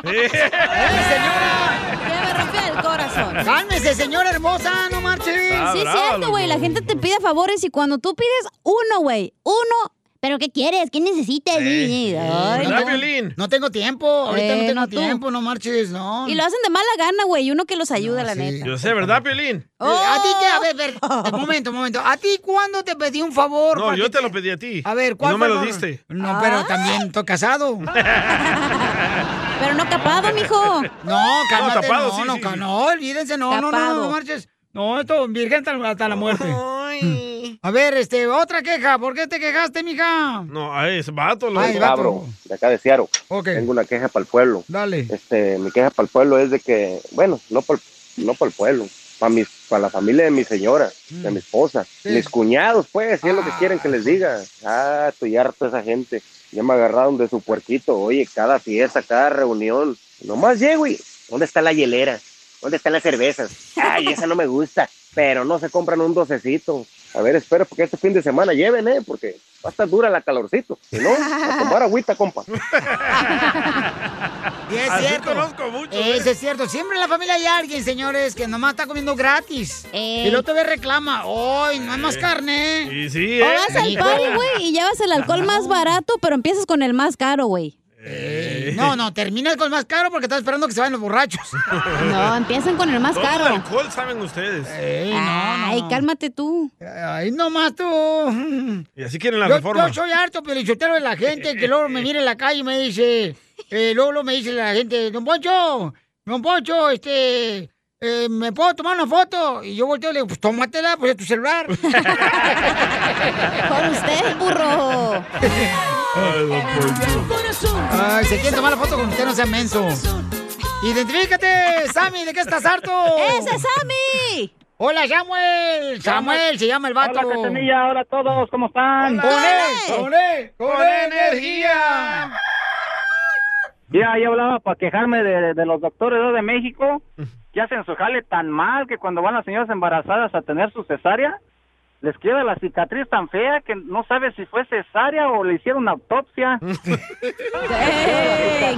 El corazón. Cálmese, señora hermosa, no marches. Está Sí, es bravo, cierto, güey. La loco. gente te pide favores y cuando tú pides uno, güey, uno. ¿Pero qué quieres? ¿Qué necesitas? Eh, Ay, no, no. tengo- no tengo tiempo, ahorita no Eh, tengo no tú. tiempo, no marches, no. Y lo hacen de mala gana, güey. y Uno que los ayuda, la neta. Yo sé, ¿verdad, Piolín? Oh. Eh, ¿A ti qué? A ver, ver, un momento, un momento. ¿A ti cuándo te pedí un favor? No, para yo que te lo pedí a ti. A ver, Y ¿cuál No me fue lo el- diste. No, pero también estoy casado. Pero no capado, mijo. No, cálmate, no, tapado, no, sí, sí, ca- sí. no, olvídense, no, no, no, no, Tapado. marches. No, esto, virgen hasta- hasta la muerte. A ver, este, otra queja. ¿Por qué te quejaste, mija? No, a ese vato. lo- Ay, Cabro, de acá de Seattle. Tengo una queja para el pueblo. Dale. Este, mi queja para el pueblo es de que, bueno, no para no pa'l pueblo, para mis, para la familia de mi señora, de mi esposa, Sí. mis cuñados, pues, si es lo que quieren que les diga. Ah, estoy harto de esa gente. Ya me agarraron de su puerquito, oye, cada fiesta, cada reunión. Nomás llego y, ¿dónde está la hielera? ¿Dónde están las cervezas? Ay, esa no me gusta, pero no se compran un docecito. A ver, espero porque este fin de semana lleven, ¿eh? Porque va a estar dura la calorcito. Si no, a tomar agüita, compa. Y es Así cierto. conozco mucho, Eso es cierto. Siempre en la familia hay alguien, señores, que nomás está comiendo gratis. Eh. Y luego todavía reclama. ¡Ay, no hay más carne! Y sí, O ¿eh? vas al party, güey, y llevas el alcohol más barato, pero empiezas con el más caro, güey. Eh, No, no, termina con el más caro porque estás esperando que se vayan los borrachos. No, empiezan con el más Todo el caro. alcohol saben ustedes. Ay, cálmate tú. Ay, nomás tú. Y así quieren la yo, reforma. yo soy harto pelichotero de la gente que luego me mira en la calle y me dice, eh, luego, luego me dice la gente, don Poncho, don Poncho, este, eh, ¿me puedo tomar una foto? Y yo volteo y le digo, pues tómatela, pues es tu celular. Con usted, burro. Ay, se quiere tomar la foto con usted, no sea menso. Identifícate, Sammy, ¿de qué estás harto? ¡Ese es Sammy! Hola, Samuel. Samuel se llama el vato. Hola, Cachanilla, hola a todos, ¿cómo están? ¡Con E, él! ¡Con él! ¡Con él! energía! Ya, yo hablaba para quejarme de, de los doctores ¿no? de México que hacen su jale tan mal que cuando van las señoras embarazadas a tener su cesárea, les queda la cicatriz tan fea que no sabe si fue cesárea o le hicieron autopsia. ¡Ey!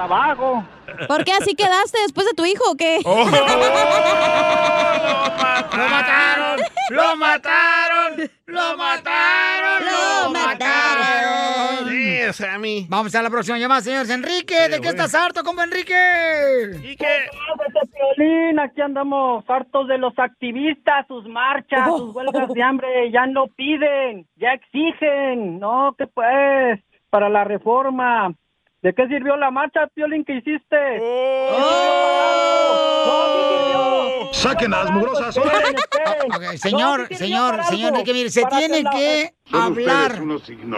Abajo. ¿Por qué así quedaste después de tu hijo o qué? Oh, ¡Lo mataron! ¡Lo mataron! ¡Lo mataron! ¡Lo mataron! Sí, Sammy. Vamos a la próxima llamada, señores. Enrique, ¿de qué estás harto, compa Enrique? ¿Y qué? Piolín, aquí andamos hartos de los activistas, sus marchas, Oh. sus huelgas de hambre, ya no piden, ya exigen, no, que pues, para la reforma. ¿De qué sirvió la marcha, Piolín, que hiciste? Oh. Saquen las mugrosas. señor, señor, señor Enrique, mire, se tiene este que hablar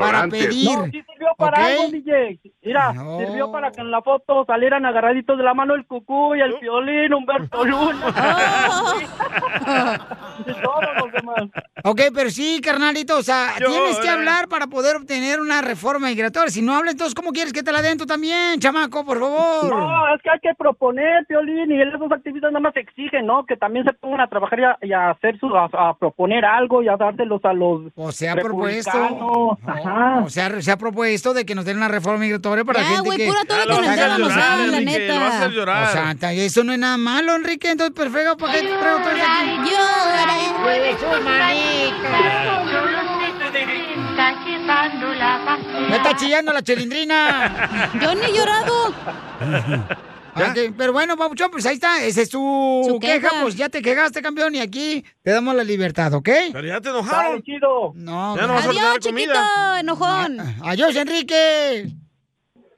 para pedir. No, sí sirvió para ¿ok? algo, DJ. Mira, sirvió para que en la foto salieran agarraditos de la mano el cucú y el violín, Humberto Oh. Luna. Ok, pero sí, carnalito, o sea, Yo, tienes que eh. hablar para poder obtener una reforma migratoria. Si no hablas, entonces, ¿cómo quieres que te la den tú también, chamaco, por favor? No, es que hay que proponer, Piolín, y esos activistas nada más exigen, ¿no? Que también se pongan a trabajar y a, y a hacer su, a, a proponer algo y a dárselos a los O se ha propuesto. O sea, se ha propuesto de que nos den una reforma migratoria para Ya, gente güey, que. pura todo lo Ya, lo que vas nos a hagan, nos llorar, hagan, la Enrique, neta. lo vas a hacer llorar. O sea, ta- eso no es nada malo, Enrique. Entonces, perfecto, ¿para qué te traigo todo eso aquí? Me está chillando la chilindrina. Yo ni he llorado. Ah, que- pero bueno, Papuchón, pues ahí está. Esa es tu, Su queja. queja. Pues ya te quejaste, campeón, y aquí te damos la libertad, ¿ok? Pero ya te enojaron. Dale, chido. No, Ya no vas a Adiós, chiquito, enojón. Ah, Adiós, Enrique.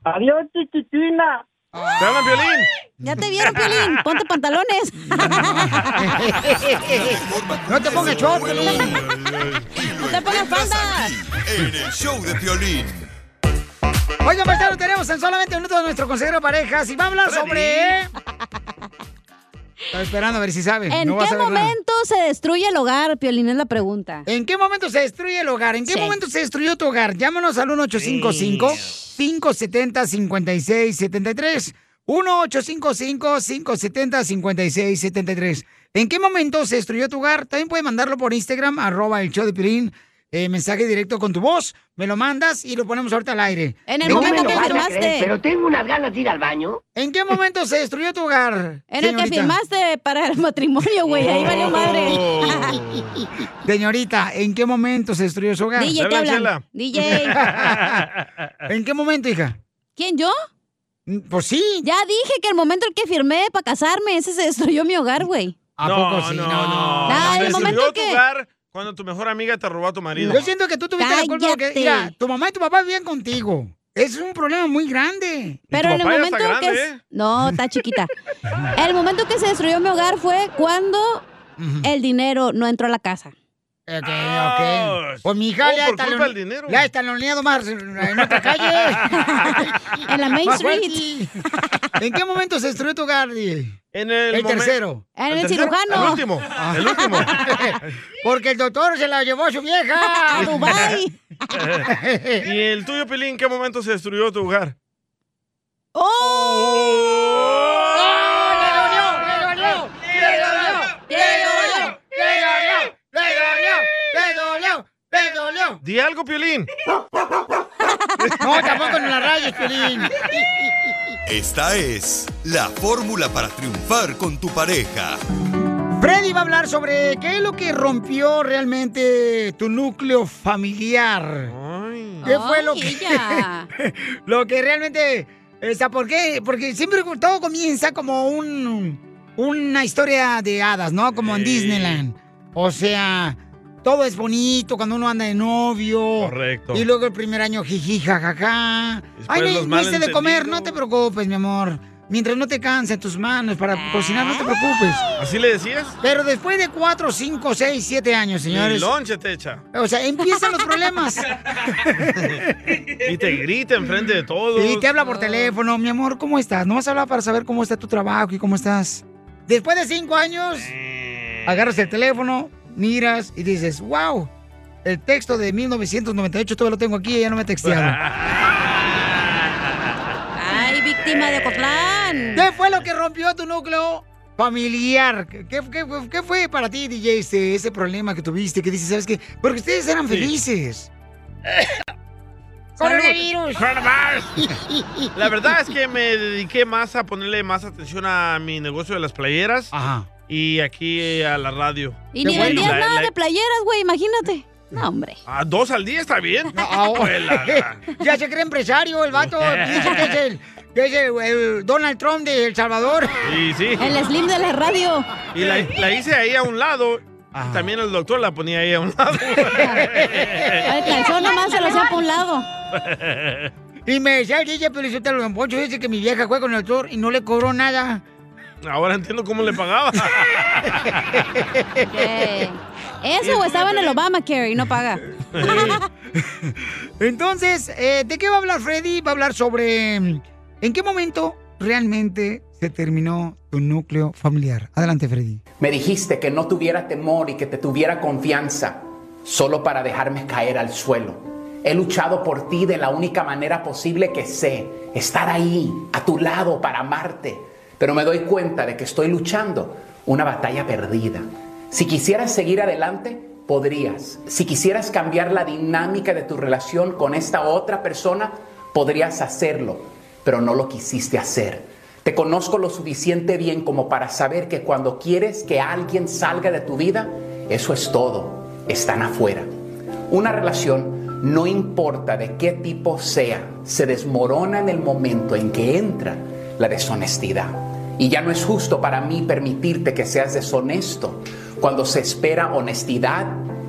Adiós, chiquitina. ¿Te hablan violín? Ya te vieron, Piolín. Ponte pantalones. No te pongas short, No te pongas falda. En el show de Piolín. Oigan, lo tenemos en solamente minutos nuestro consejero de parejas y va a hablar sobre. Estaba esperando a ver si sabe. ¿En No vas qué a ver nada. momento se destruye el hogar, Piolín? Es la pregunta. ¿En qué momento se destruye el hogar? ¿En qué momento se destruyó tu hogar? Llámanos al 1855-570-5673. 1855-570-5673. ¿En qué momento se destruyó tu hogar? También puedes mandarlo por Instagram, arroba el show de Piolín, eh, mensaje directo con tu voz. Me lo mandas y lo ponemos ahorita al aire. No me lo vas a creer, Pero tengo unas ganas de ir al baño. ¿En qué momento se destruyó tu hogar? En el que firmaste para el matrimonio, güey. Pues Ahí Oh. valió madre. Señorita, ¿en qué momento se destruyó su hogar? DJ, ¿qué hablan? DJ. ¿En qué momento, hija? ¿Quién, yo? Pues sí. Ya dije que el momento en el que firmé para casarme, ese se destruyó mi hogar, güey. ¿A no, poco sí? No, No. no, no. Ah, Se el momento destruyó que- tu hogar cuando tu mejor amiga te robó a tu marido. Yo siento que tú tuviste la culpa porque, Cállate. mira, tu mamá y tu papá vivían contigo. Es un problema muy grande. Pero en el momento que... es- No, está chiquita. el momento que se destruyó mi hogar fue cuando el dinero no entró a la casa. Ok, ok. Pues mi hija Oh, le ha por culpa estalon- del dinero. le ha estalonado más en otra calle. en la Main Más Street. ¿En qué momento se destruyó tu hogar, DJ? En el, El momen- tercero. En el tercero? cirujano. El último. El último. Porque el doctor se la llevó a su vieja. A Dubái. ¿Y el tuyo, Pelín, en qué momento se destruyó tu hogar? Oh. Di algo, Piolín. No, tampoco en la radio, Piolín. Esta es la fórmula para triunfar con tu pareja. Freddy va a hablar sobre qué es lo que rompió realmente tu núcleo familiar. ¿Qué fue lo Ay, que, ella. lo que realmente... O sea, ¿por qué? Porque siempre todo comienza como un, una historia de hadas, ¿no? Como en Disneyland. O sea, todo es bonito cuando uno anda de novio. Correcto. Y luego el primer año, jiji, jajaja. Después Ay, los no hice de comer, no malentendidos. te preocupes, mi amor. Mientras no te cansen tus manos Ah. para cocinar, no te preocupes. ¿Así le decías? Pero después de cuatro, cinco, seis, siete años, Y señores. lonche te echa. O sea, empiezan los problemas. Y te grita enfrente de todos. Ah. Y te habla por teléfono, mi amor, ¿cómo estás? No vas a hablar para saber cómo está tu trabajo y cómo estás. Después de cinco años, Eh. agarras el teléfono, miras y dices, wow, el texto de 1998 todavía lo tengo aquí, ya no me texteaba. Ay, víctima de Cotlán. ¿Qué fue lo que rompió tu núcleo familiar? ¿Qué, qué- qué- qué fue para ti, DJ, este- ese problema que tuviste? Que dices, ¿sabes qué? Porque ustedes eran Sí. felices. Ah. Coronavirus. La verdad es que me dediqué más a ponerle más atención a mi negocio de las playeras. Y aquí eh, a la radio. Y ni vendías nada de playeras, güey, imagínate. No, hombre. Ah, oh. A dos al día está bien. Pues la- ya se cree empresario el vato. Dice que es el, que es el, el Donald Trump de El Salvador. Sí, sí. El slim de la radio. Y la, la hice ahí a un lado. Y También el doctor la ponía ahí a un lado. El calzón nomás se lo hacía por un lado. Y me decía el DJ Pelizotelo, Don Poncho, dice que mi vieja fue con el doctor y no le cobró nada. Ahora entiendo cómo le pagaba. Eh, Eso, o estaba en el Obamacare y no paga. Entonces, eh, ¿de qué va a hablar Freddy? Va a hablar sobre mm, en qué momento realmente se terminó tu núcleo familiar. Adelante, Freddy. Me dijiste que no tuviera temor y que te tuviera confianza solo para dejarme caer al suelo. He luchado por ti de la única manera posible que sé, estar ahí, a tu lado, para amarte. Pero me doy cuenta de que estoy luchando una batalla perdida. Si quisieras seguir adelante, podrías. Si quisieras cambiar la dinámica de tu relación con esta otra persona, podrías hacerlo, pero no lo quisiste hacer. Te conozco lo suficiente bien como para saber que cuando quieres que alguien salga de tu vida, eso es todo. Están afuera. Una relación, no importa de qué tipo sea, se desmorona en el momento en que entra la deshonestidad. Y ya no es justo para mí permitirte que seas deshonesto cuando se espera honestidad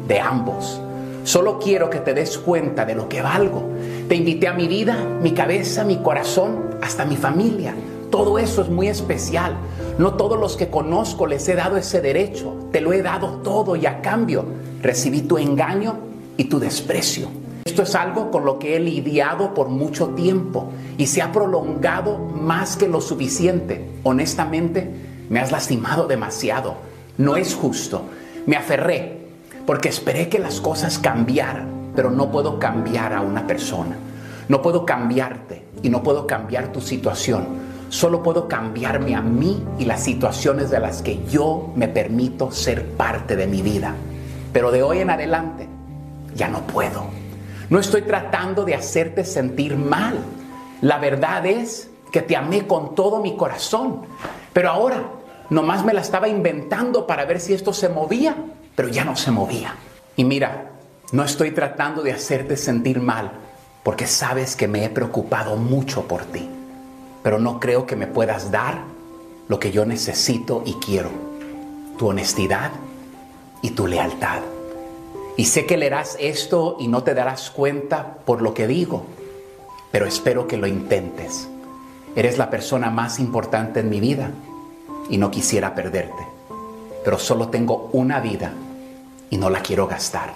de ambos. Solo quiero que te des cuenta de lo que valgo. Te invité a mi vida, mi cabeza, mi corazón, hasta mi familia. Todo eso es muy especial. No todos los que conozco les he dado ese derecho. Te lo he dado todo y a cambio recibí tu engaño y tu desprecio. Esto es algo con lo que he lidiado por mucho tiempo y se ha prolongado más que lo suficiente. Honestamente, me has lastimado demasiado. No es justo. Me aferré porque esperé que las cosas cambiaran, pero no puedo cambiar a una persona. No puedo cambiarte y no puedo cambiar tu situación. Solo puedo cambiarme a mí y las situaciones de las que yo me permito ser parte de mi vida. Pero de hoy en adelante ya no puedo. No estoy tratando de hacerte sentir mal. La verdad es que te amé con todo mi corazón. Pero ahora, nomás me la estaba inventando para ver si esto se movía, pero ya no se movía. Y mira, no estoy tratando de hacerte sentir mal, porque sabes que me he preocupado mucho por ti. Pero no creo que me puedas dar lo que yo necesito y quiero. Tu honestidad y tu lealtad. Y sé que leerás esto y no te darás cuenta por lo que digo, pero espero que lo intentes. Eres la persona más importante en mi vida y no quisiera perderte. Pero solo tengo una vida y no la quiero gastar.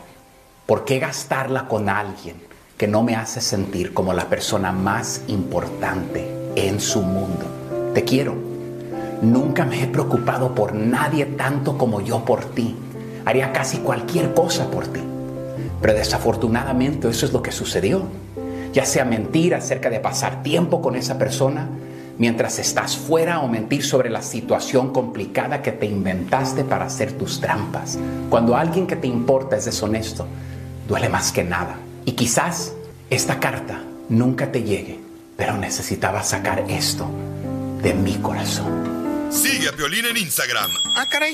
¿Por qué gastarla con alguien que no me hace sentir como la persona más importante en su mundo? Te quiero. Nunca me he preocupado por nadie tanto como yo por ti. Haría casi cualquier cosa por ti. Pero desafortunadamente eso es lo que sucedió. Ya sea mentir acerca de pasar tiempo con esa persona mientras estás fuera o mentir sobre la situación complicada que te inventaste para hacer tus trampas. Cuando alguien que te importa es deshonesto, duele más que nada. Y quizás esta carta nunca te llegue, pero necesitaba sacar esto de mi corazón. Sigue a Piolín en Instagram, Ah, caray.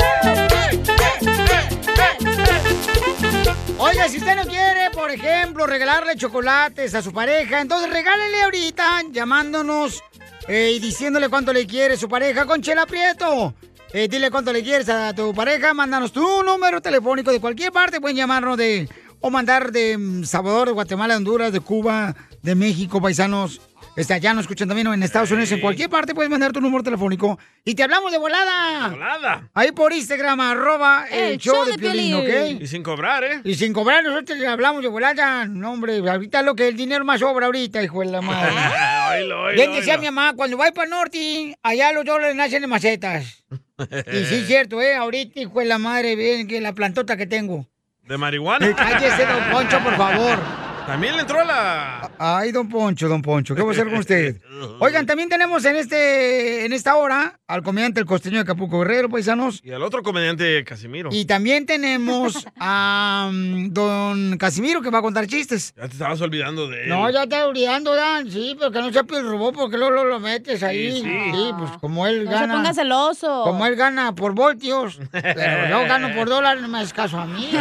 Oiga, si usted no quiere, por ejemplo, regalarle chocolates a su pareja, entonces regálele ahorita llamándonos eh, y diciéndole cuánto le quiere su pareja con Chela Prieto. Eh, dile cuánto le quieres a tu pareja, mándanos tu número telefónico de cualquier parte, pueden llamarnos de o mandar de mm, Salvador, de Guatemala, de Honduras, de Cuba, de México, paisanos. Está allá, nos escuchan también en Estados Unidos, en cualquier parte puedes mandar tu número telefónico y te hablamos de volada. Volada. Ahí por Instagram, arroba el, show de Piolín, ¿ok? Y sin cobrar, ¿eh? Y sin cobrar, nosotros le hablamos de volada. No, hombre, ahorita lo que el dinero más sobra ahorita, hijo de la madre. Oílo, oílo, Bien decía oílo. mi mamá, cuando va para el norte, allá los dólares nacen en macetas. Y sí, es cierto, ¿eh? Ahorita, hijo de la madre, bien que la plantota que tengo. ¿De marihuana? Cállese, don Poncho, por favor. También le entró la... Ay, don Poncho, don Poncho, ¿qué voy a hacer con usted? Oigan, también tenemos en este en esta hora al comediante El Costeño de Acapulco Guerrero, paisanos. Y al otro comediante Casimiro. Y también tenemos a mm, don Casimiro que va a contar chistes. Ya te estabas olvidando de él. No, ya está olvidando, Dan. Sí, pero que no sea el robot porque luego luego lo, metes ahí. Sí, Sí, sí. pues como él No se gana. ponga celoso. Como él gana por voltios. pero yo gano por dólares, no me hagas caso a mí.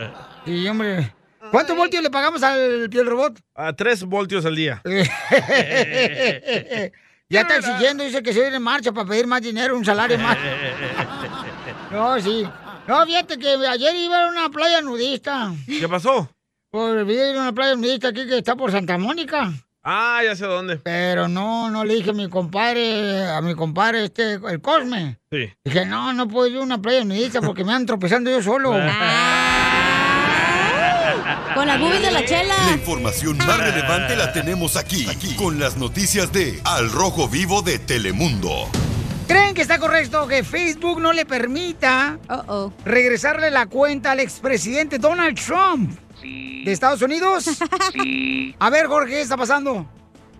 y hombre. ¿Cuántos voltios le pagamos al piel robot? A tres voltios al día. Eh. ya está exigiendo, dice que se viene en marcha para pedir más dinero, un salario más. No, sí. No, fíjate que ayer iba a una playa nudista. ¿Qué pasó? Por vi a una playa nudista aquí que está por Santa Mónica. Ah, ya sé dónde. Pero no, no le dije a mi compadre, a mi compadre este, el Cosme. Sí. Dije, no, no puedo ir a una playa nudista porque me andan tropezando yo solo. Con las boobies de la chela. La información más relevante la tenemos aquí, aquí, con las noticias de Al Rojo Vivo de Telemundo. ¿Creen que está correcto que Facebook no le permita regresarle la cuenta al expresidente Donald Trump de Estados Unidos? A ver, Jorge, ¿qué está pasando?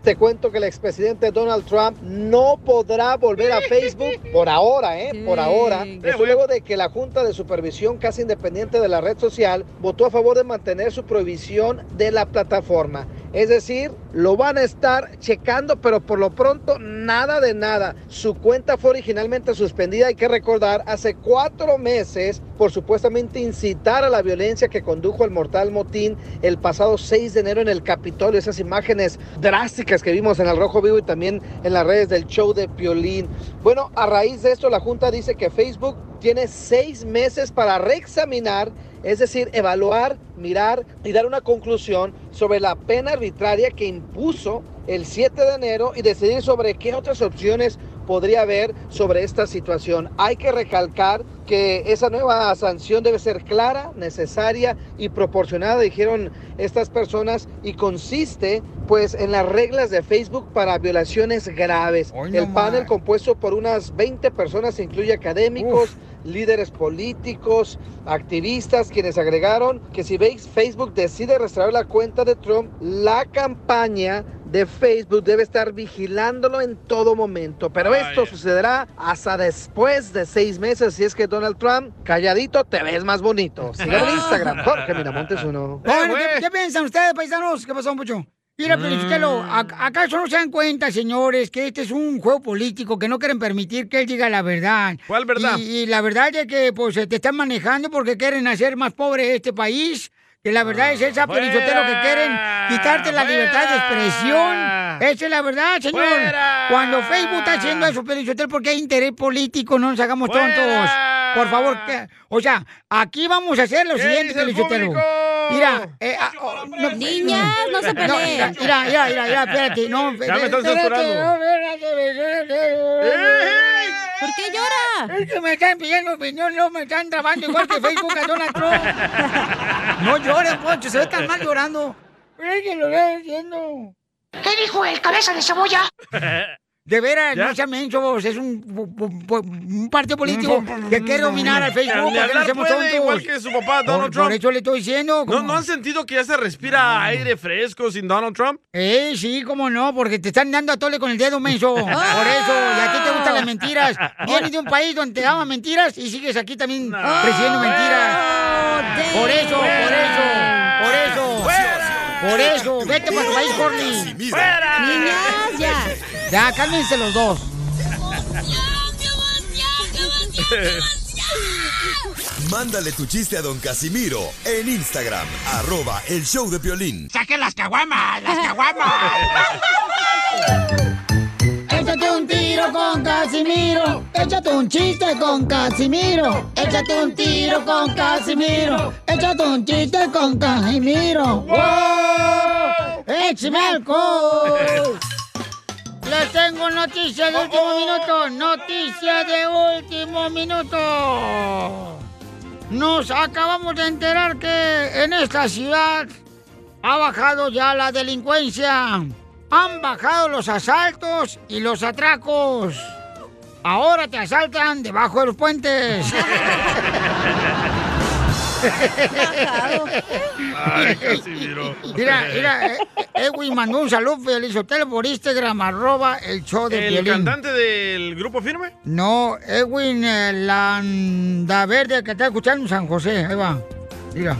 Te cuento que el expresidente Donald Trump no podrá volver a Facebook por ahora, ¿eh? Por ahora. Eso luego de que la Junta de Supervisión casi independiente de la red social votó a favor de mantener su prohibición de la plataforma. Es decir, lo van a estar checando, pero por lo pronto nada de nada. Su cuenta fue originalmente suspendida, hay que recordar, hace cuatro meses por supuestamente incitar a la violencia que condujo al mortal motín el pasado 6 de enero en el Capitolio. Esas imágenes drásticas que vimos en el Rojo Vivo y también en las redes del show de Piolín. Bueno, a raíz de esto la Junta dice que Facebook tiene seis meses para reexaminar, es decir, evaluar, mirar y dar una conclusión sobre la pena arbitraria que impuso el 7 de enero y decidir sobre qué otras opciones podría haber sobre esta situación. Hay que recalcar que esa nueva sanción debe ser clara, necesaria y proporcionada, dijeron estas personas, y consiste pues en las reglas de Facebook para violaciones graves. no El panel más. compuesto por unas 20 personas incluye académicos, líderes políticos, activistas, quienes agregaron que si veis Facebook decide restaurar la cuenta de Trump, la campaña de Facebook debe estar vigilándolo en todo momento. Pero Vaya. esto sucederá hasta después de seis meses, si es que Donald Trump, calladito, te ves más bonito. Ah. Sígueme en Instagram, Jorge Miramontes uno. Eh, Oigan, ¿qué, qué piensan ustedes, paisanos? ¿Qué pasó, Pucho? Mm. Mira, Pelichotelo, ac- ¿acaso no se dan cuenta, señores, que este es un juego político, que no quieren permitir que él diga la verdad? ¿Cuál verdad? Y, y la verdad es que, pues, te están manejando porque quieren hacer más pobre este país, que la verdad es esa, Ah, ¡Fuera! Pelichotelo, que quieren quitarte la libertad de expresión. Esa es la verdad, señor. ¡Fuera! Cuando Facebook está haciendo eso, Pelichotelo, porque hay interés político, no nos hagamos tontos. Por favor, que- o sea, aquí vamos a hacer lo ¿Qué siguiente, dice el Pelichotelo. público? Mira, eh, ah, oh, no, Niñas, no se peleen. no, mira, mira, mira, mira, espérate, no. Ya me están censurando. ¿Por qué llora? Es que me están pidiendo opinión, no me están trabando igual que Facebook a Donald Trump. No lloren, Poncho, se ve tan mal llorando. Pero es que lo estoy diciendo. ¿Qué dijo el cabeza de cebolla? De veras, no se menso, vos, es un, bu- bu- bu- un partido político que quiere dominar al Facebook. Ni para que no hablar seamos puede, tontos. igual que su papá, Por- Donald Trump. Por eso le estoy diciendo. ¿No, como- ¿No han sentido que ya se respira aire fresco sin Donald Trump? Eh, sí, cómo no, porque te están dando a tole con el dedo menso. Por eso, y a ti te gustan las mentiras. Vienes de un país donde te daban mentiras y sigues aquí también presidiendo mentiras. Por eso, por eso, por eso. Por eso, vete para tu país, Corley. Niñas, ya. Ya, cálmense los dos. Mándale tu chiste a don Casimiro en Instagram, arroba el show de violín. ¡Saquen las caguamas! ¡Las caguamas! Échate un tiro con Casimiro. Échate un chiste con Casimiro. Échate un tiro con Casimiro. Échate un chiste con Casimiro. ¡Wow! ¡Échame alcohol! Les tengo noticias de último minuto. Noticias de último minuto. Nos acabamos de enterar que en esta ciudad ha bajado ya la delincuencia. Han bajado los asaltos y los atracos. Ahora te asaltan debajo de los puentes. Ay, Casimiro. Mira, mira, eh, eh, Edwin mandó un saludo, Felizotelo, por Instagram, arroba el show de ¿El Piolín. cantante del grupo firme? No, Edwin eh, Landaverde, que está escuchando en San José. Ahí va. Mira.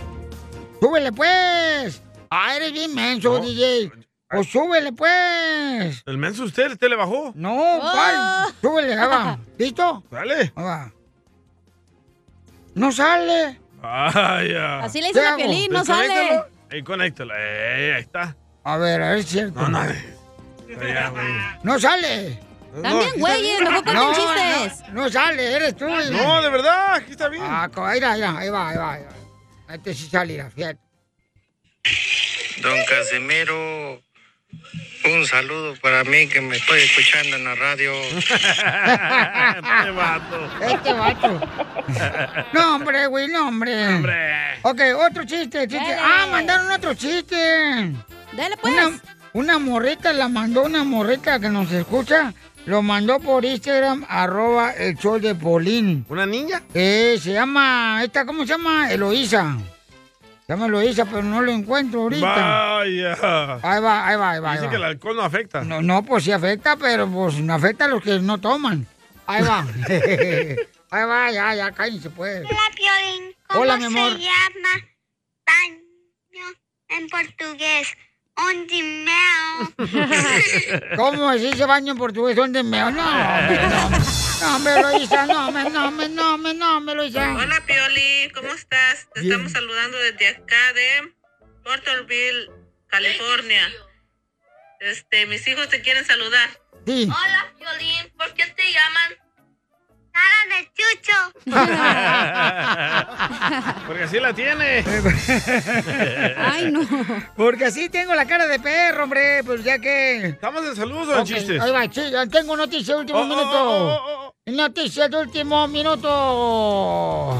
¡Súbele, pues! ¡Ah, eres bien menso, DJ! ¡Pues súbele, pues! ¿El menso usted? ¿Usted le bajó? No, ¿cuál? Súbele, ahí va. ¿Listo? Dale. Ahí va. ¡No sale! Ay, ya. Así le dicen ¿Qué a hago? Piolín, no sale. Desconéctalo. Ahí, conéctalo. Eh, ahí está. A ver, a ver si... No, no. Ya, güey. ¡No sale! También, eh, güeyes, mejor cuenten No, chistes. No, no sale, eres tú. No, de verdad, aquí está bien. Ah, co- ahí va, ahí va, ahí va, ahí va, ahí va. Este sí sale, mira, fíjate. Don Casimiro, un saludo para mí que me estoy escuchando en la radio. Este vato. Este vato. No, hombre, güey, no, hombre. Hombre. Ok, otro chiste, chiste. Dale. Ah, mandaron otro chiste. Dale, pues. Una, una morrita, la mandó una morrita que nos escucha. Lo mandó por Instagram, arroba el show de Polín. ¿Una niña? Eh, se llama, esta, ¿cómo se llama? Eloísa. Se llama Eloísa, pero no lo encuentro ahorita. Vaya. Ahí va, ahí va, ahí va. ahí Dice va. que el alcohol no afecta. No, no, pues sí afecta, pero pues no afecta a los que no toman. Ahí va. Ahí va, ya, ya, cállense pues. Hola, Piolín. ¿Cómo Hola, mi amor. se llama baño en portugués? Onde meo. ¿Cómo es ese baño en portugués? ¿Dónde me No, hombre, no. No, me lo hice, no, me, no, me, no, me, no, me lo hice. Hola Pioli, ¿cómo estás? Te Bien. estamos saludando desde acá de Porterville, California. Este, mis hijos te quieren saludar. Sí. Hola, Piolín. ¿Por qué te llaman? Cara de chucho. Porque así la tiene. Ay, no. Porque así tengo la cara de perro, hombre. Pues ya que. ¿Estamos en saludos o en Ok, chistes? Ahí va, sí, ya tengo noticia de último Oh, oh, minuto. oh, Noticia de último minuto.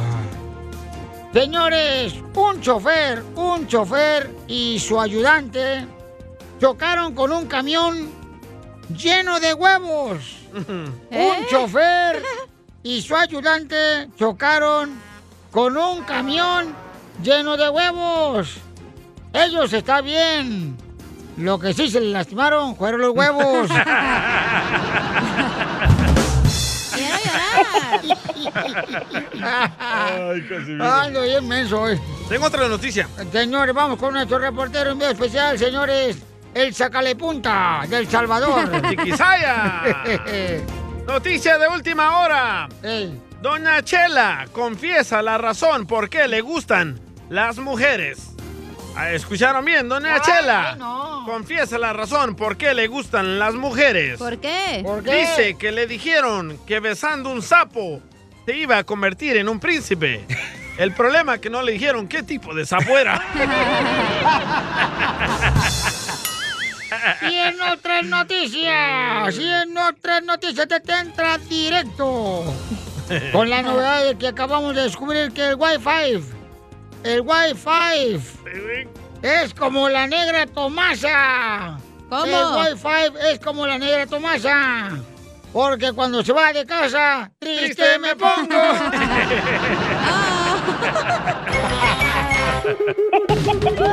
Señores, un chofer, un chofer y su ayudante chocaron con un camión lleno de huevos. Un chofer y su ayudante chocaron con un camión lleno de huevos. Ellos está bien. Lo que sí se le lastimaron fueron los huevos. Ay, Casimiro. Ay, lo bien menso hoy. Tengo otra noticia. Señores, vamos con nuestro reportero en video especial, señores. El Sacalepunta del Salvador. Chiquisaya. Noticia de última hora. Doña Chela confiesa la razón por qué le gustan las mujeres. Ah, ¿Escucharon bien, Doña Ay, Chela? no. Confiesa la razón por qué le gustan las mujeres. ¿Por qué? Dice que le dijeron que besando un sapo se iba a convertir en un príncipe. El problema es que no le dijeron qué tipo de sapo era. Y en otras noticias, y en otras noticias te, te entra directo. Con la novedad de que acabamos de descubrir que el Wi-Fi, el Wi-Fi es como la negra Tomasa. ¿Cómo? El Wi-Fi es como la negra Tomasa. Porque cuando se va de casa, triste me pongo.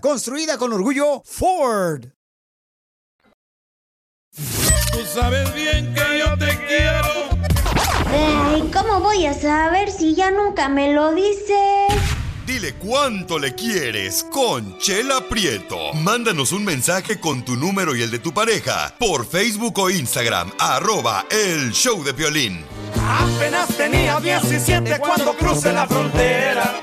Construida con orgullo Ford. Tú sabes bien que yo te quiero. Ay, ¿cómo voy a saber si ya nunca me lo dices? Dile cuánto le quieres con Chela Prieto. Mándanos un mensaje con tu número y el de tu pareja por Facebook o Instagram, arroba el show de violín. Apenas tenía 17 cuando crucé la frontera.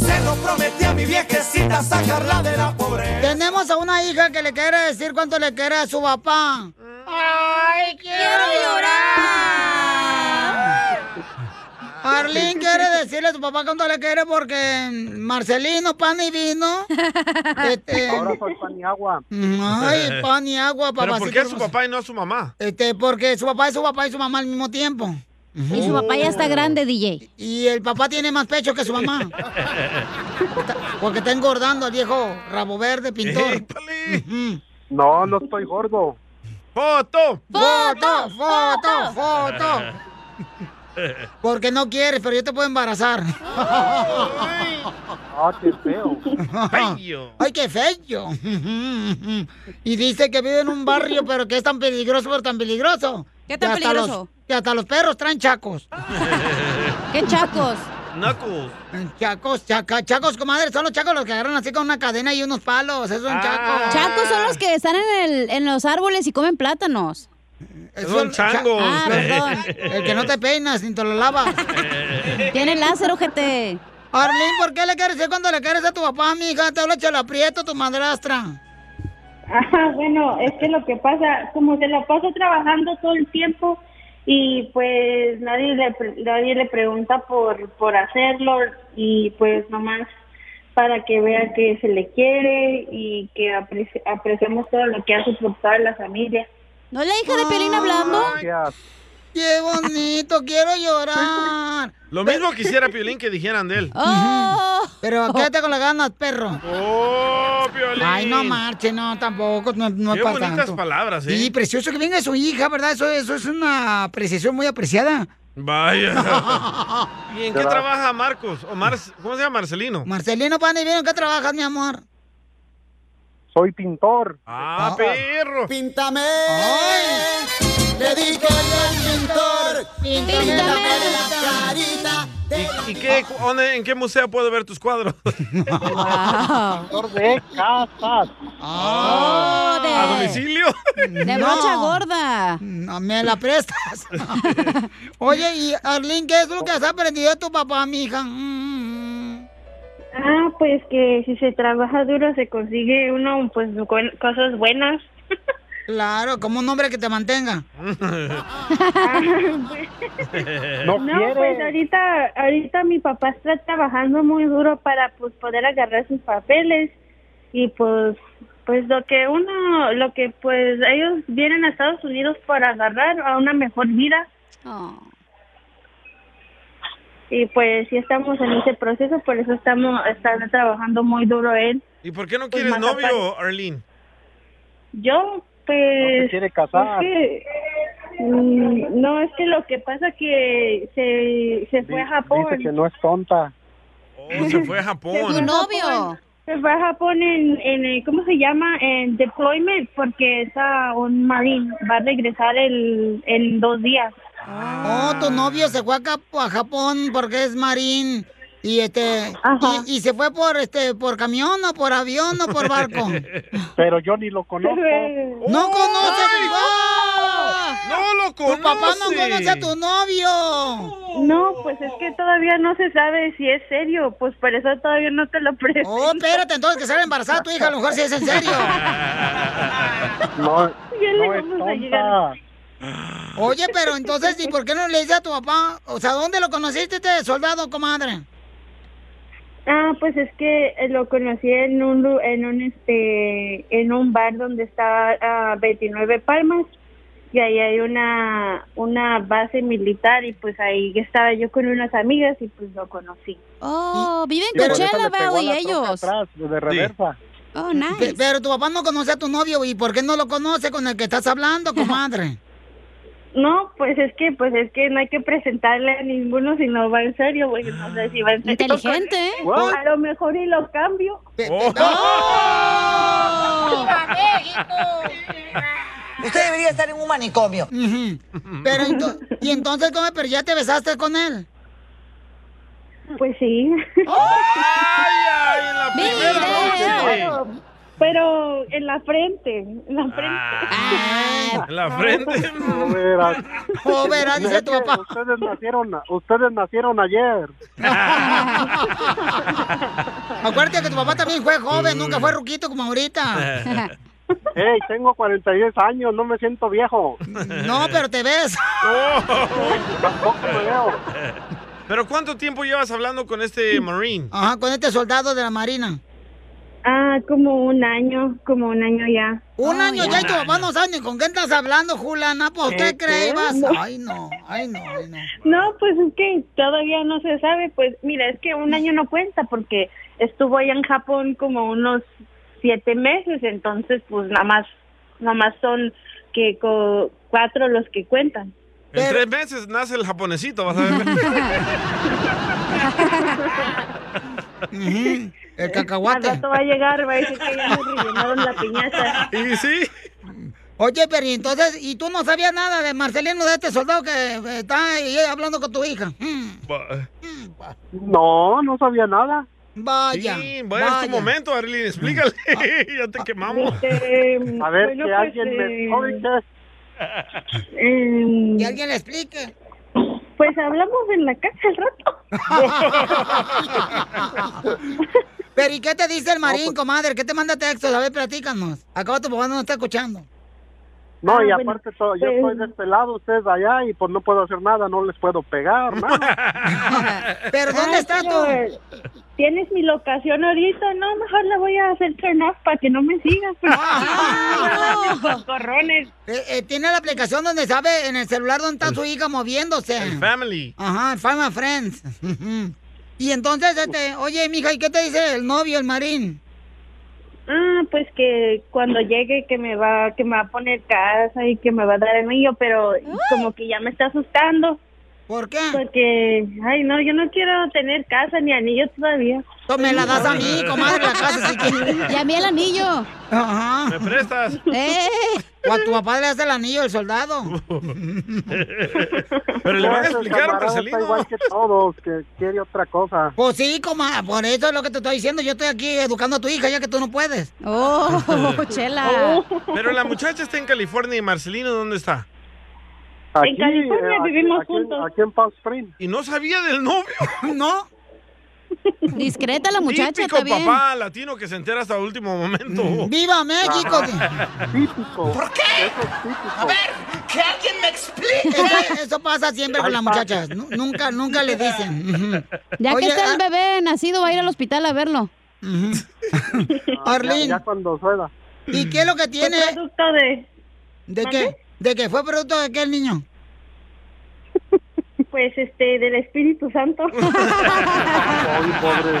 Se lo prometí a mi viejecita sacarla de la pobreza. Tenemos a una hija que le quiere decir cuánto le quiere a su papá. ¡Ay, quiero llorar! Arlín quiere decirle a su papá cuánto le quiere porque Marcelino, pan y vino. Este, Ahora soy pan y agua. ay, pan y agua, papá. ¿Pero por qué a su papá y no a su mamá? Este, porque su papá es su papá y su mamá al mismo tiempo. Y su papá ya está grande, DJ. Y el papá tiene más pecho que su mamá. Porque está engordando al viejo rabo verde, pintor. No, no estoy gordo. ¡Foto! ¡Foto! ¡Foto! ¡Foto! Porque no quieres, pero yo te puedo embarazar. Ah, qué feo. Bello. ¡Ay, qué feo! Y dice que vive en un barrio, pero que es tan peligroso, pero tan peligroso. ¿Qué tan Que hasta los- peligroso? que hasta los perros traen chacos. ¿Qué chacos? Knuckles. Chacos, chaca, chacos, comadre, son los chacos los que agarran así con una cadena y unos palos, esos son chacos. Chacos son los que están en, el- en los árboles y comen plátanos. Son changos. Ah, perdón. El que no te peinas ni te lo lavas. Tiene láser, ojete. Arlín, ¿por qué le quieres decir cuando le quieres a tu papá, mi hija? Te habla Chela Prieto, tu madrastra. Ah, bueno, es que lo que pasa, como se la paso trabajando todo el tiempo y pues nadie le, pre- nadie le pregunta por, por hacerlo y pues nomás para que vea que se le quiere y que apreci- apreciamos todo lo que hace por toda la familia. ¿No es la hija de Piolín hablando? ¡Qué bonito! ¡Quiero llorar! Lo mismo quisiera Piolín que dijeran de él. Ah. Pero quédate con las ganas, perro. ¡Oh, Piolín! Ay, no marche, no, tampoco, no, no Qué es para bonitas tanto. palabras, ¿eh? Y precioso que venga su hija, ¿verdad? Eso, eso es una apreciación muy apreciada. Vaya. ¿Y en qué Claro. trabaja Marcos? O Mar- ¿Cómo se llama Marcelino? Marcelino, ¿para dónde viene? ¿Qué trabajas, mi amor? Soy pintor. Ah, perro. Píntame. Le dije al pintor, píntame la carita. ¿Y, y qué, cu- dónde- en qué museo puedo ver tus cuadros? Pintor de casas. Oh, de- ¿A domicilio? De brocha gorda. No me la prestas. Oye, y Arlín, ¿qué es lo que has aprendido de tu papá, mija? Mm, mm, Ah, pues que si se trabaja duro se consigue uno pues buen- cosas buenas. Claro, como un hombre que te mantenga. No, pues ahorita, ahorita mi papá está trabajando muy duro para pues poder agarrar sus papeles y pues pues lo que uno, lo que pues ellos vienen a Estados Unidos para agarrar a una mejor vida y pues sí estamos en ese proceso, por eso estamos están trabajando muy duro él. ¿Y por qué no Pues quieres Mazapán. novio, Arlene? Yo, pues. No se quiere casar. es que, mm, no, es que lo que pasa que se, se fue a Japón. Dice que no es tonta. Oh, se fue a Se fue a Japón. Japón. Se fue a Japón en, en el- ¿cómo se llama? En deployment, porque es a un marine. Va a regresar el, en dos días. Oh, tu novio se fue acá a Japón porque es marín. Y este y, y se fue por este por camión o por avión o por barco. Pero yo ni lo conozco. No conoce a tu No lo Tu papá no conoce. conoce a tu novio. No, pues es que todavía no se sabe si es serio. Pues por eso todavía no te lo presento. Oh, espérate, entonces que salga embarazada tu hija, a lo mejor si es en serio. No, le no es vamos a llegar. tonta. Oye, pero entonces, ¿y por qué no le dices a tu papá? O sea, ¿dónde lo conociste este soldado, comadre? Ah, pues es que eh, lo conocí en un lu- en un este en un bar donde está ah, 29 Palmas y ahí hay una una base militar y pues ahí estaba yo con unas amigas y pues lo conocí. Oh, viven Y con por eso Chela le pegó Valley la troca ellos. atrás, de reversa. Oh, nice. Pe- Pero tu papá no conoce a tu novio, ¿y por qué no lo conoce con el que estás hablando, comadre? No, pues es que pues es que no hay que presentarle a ninguno si no va en serio, güey, no sé si va en serio. Inteligente, ¿eh? A lo mejor y lo cambio. Oh. Usted debería estar en un manicomio. Pero ento- y entonces, ¿cómo? Pero ya te besaste con él. Oh, Pues sí. Pero, pero en la frente, en la frente. Ah. En la frente. No verás. Oh, verás, dice tu papá. Ustedes nacieron, ustedes nacieron ayer. Acuérdate que tu papá también fue joven, nunca fue ruquito como ahorita. Ey, tengo 42 años, no me siento viejo. No, pero te ves. Oh. ¿Pero cuánto tiempo llevas hablando con este Marine? Ajá, con este soldado de la Marina. Ah, como un año, como un año ya. Un año ya y ya. tu papá no sabe ni con quién estás hablando, Juliana. Pues ¿Qué, usted cree, qué? vas. No. Ay, no, ay, no, ay, no. No, pues es que todavía no se sabe. Pues mira, es que un año no cuenta porque estuvo allá en Japón como unos siete meses, entonces pues nada más, nada más son que co- cuatro los que cuentan. En tres meses nace el japonesito, vas a ver. El cacahuate. Al rato va a llegar, va a decir que ya me rellenaron la piñata. ¿Y sí? Oye, pero y entonces, ¿y tú no sabías nada de Marcelino, de este soldado que eh, está ahí hablando con tu hija? Mm, No, no sabía nada. vaya. Sí, bueno, es tu momento, Arlene, explícale. ya te quemamos. A ver, que alguien me explique. Que alguien le explique. Pues hablamos en la casa al rato. pero ¿y qué te dice el marín, pues- comadre? ¿Qué te manda textos? A ver, platícanos. Acaba tu papá no nos está escuchando. No, Ah, y bueno, aparte todo, yo pues- estoy de este lado, ustedes allá, y pues no puedo hacer nada, no les puedo pegar, nada. Pero ¿dónde estás tú? Tienes mi pues. locación ahorita, no, mejor la voy a hacer turn off para que no me sigas. porque- ¡No! ¡Corrones! Eh, tiene la aplicación donde sabe en el celular dónde Pues- está su hija moviéndose. El family. Ajá, el Family Friends. y entonces, este, oye, mija, ¿y qué te dice el novio, el marín? Ah, pues que cuando llegue que me va que me va a poner casa y que me va a dar el mío, pero como que ya me está asustando. ¿Por qué? Porque, ay, no, yo no quiero tener casa ni anillo todavía. Tú me la das a mí, comadre, la casa si quieres. Y a mí el anillo. Ajá. ¿Me prestas? ¡Eh! O a tu papá le hace el anillo el soldado. Pero le van a Ese explicar a camarada Marcelino. Está igual que todos, que quiere otra cosa. Pues sí, comadre, por eso es lo que te estoy diciendo. Yo estoy aquí educando a tu hija ya que tú no puedes. ¡Oh, Pero la muchacha está en California y Marcelino, ¿dónde está? Aquí, eh, aquí- aquí en- Aquí en Palm Springs. ¿Y no sabía del novio? No. Discreta la muchacha, Típico está bien. papá latino que se entera hasta el último momento. ¡Viva México! Ah, Típico. ¿Por qué? A ver, que alguien me explique. Eso pasa siempre con las muchachas. Nu- Nunca, nunca le dicen. Ya Oye, que está el ah- bebé nacido, va a ir al hospital a verlo. Arlene. Ya cuando suena. ¿Y qué es lo que tiene? producto de. ¿De qué? ¿De qué? ¿Fue producto de qué el niño? Pues este del Espíritu Santo. Ay, pobre.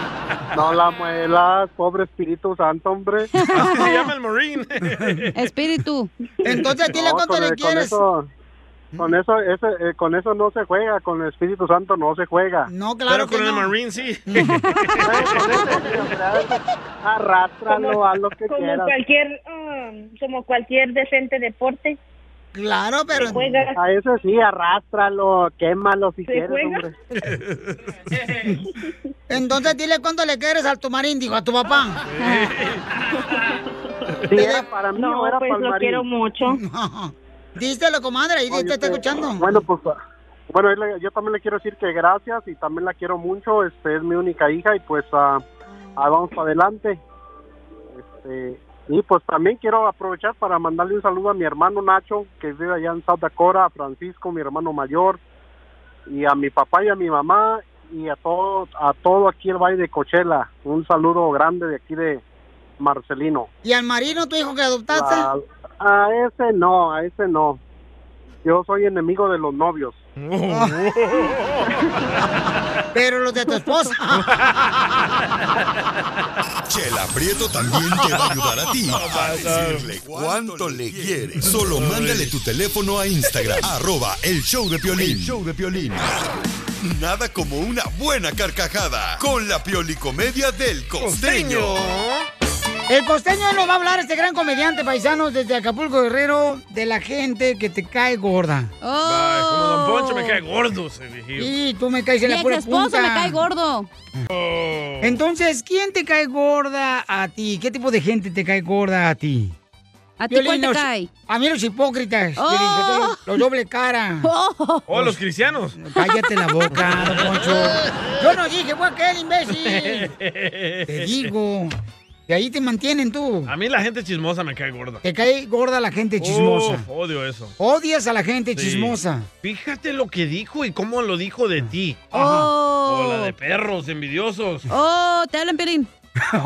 No la muelas, pobre Espíritu Santo, hombre. Así se llama el Marine. Espíritu. Entonces dile No, cuánto con le el- con quieres. eso- Con eso, ese, eh, con eso no se juega, con el Espíritu Santo no se juega. No, Pero con el Marine sí. Arrástralo, haz lo que como quieras. cualquier ah, como cualquier decente deporte. Claro, pero A eso sí, arrástralo, quémalo si ¿Se quieres, juega? hombre. Entonces dile cuánto le quieres a tu marín, digo, a tu papá. Si era para mí o pues, era para el marido. Díselo, comadre, y Oye, te está este, escuchando. Bueno, pues, bueno, él le- yo también le quiero decir que gracias y también la quiero mucho. Este es mi única hija y pues ah, ah, vamos para adelante. Este, y pues también quiero aprovechar para mandarle un saludo a mi hermano Nacho, que vive allá en South Dakota, a Francisco, mi hermano mayor, y a mi papá y a mi mamá y a todo, a todo aquí el Valle de Cochela. Un saludo grande de aquí de Marcelino. ¿Y al marino, tu hijo que adoptaste? A, a ese no, a ese no. Yo soy enemigo de los novios. Pero los de tu esposa. Chela Prieto también te va a ayudar a ti a decirle cuánto le quieres. Solo mándale tu teléfono a Instagram, arroba el show de Piolín. El show de Nada como una buena carcajada con la piolicomedia del costeño. El costeño nos va a hablar este gran comediante paisano desde Acapulco Guerrero de la gente que te cae gorda. Ay, como Don Poncho me cae gordo ese viejillo. Y tú me caes en Mi la pura exesposo punta. me cae gordo. Entonces, ¿quién te cae gorda a ti? ¿Qué tipo de gente te cae gorda a ti? ¿A ti Piolín, cuál te los- cae? A mí los hipócritas. Oh. Piolín, yo te- Los doble cara. Oh, los cristianos. Cállate la boca, don Poncho. Yo no dije, fue aquel imbécil. Te digo. De ahí te mantienen tú. A mí la gente chismosa me cae gorda. Te cae gorda la gente chismosa. Uf, odio eso. Odias a la gente Oh. Sí. chismosa. Fíjate lo que dijo y cómo lo dijo de ti. Oh. O la de perros envidiosos. Oh, te hablan, Piolín. A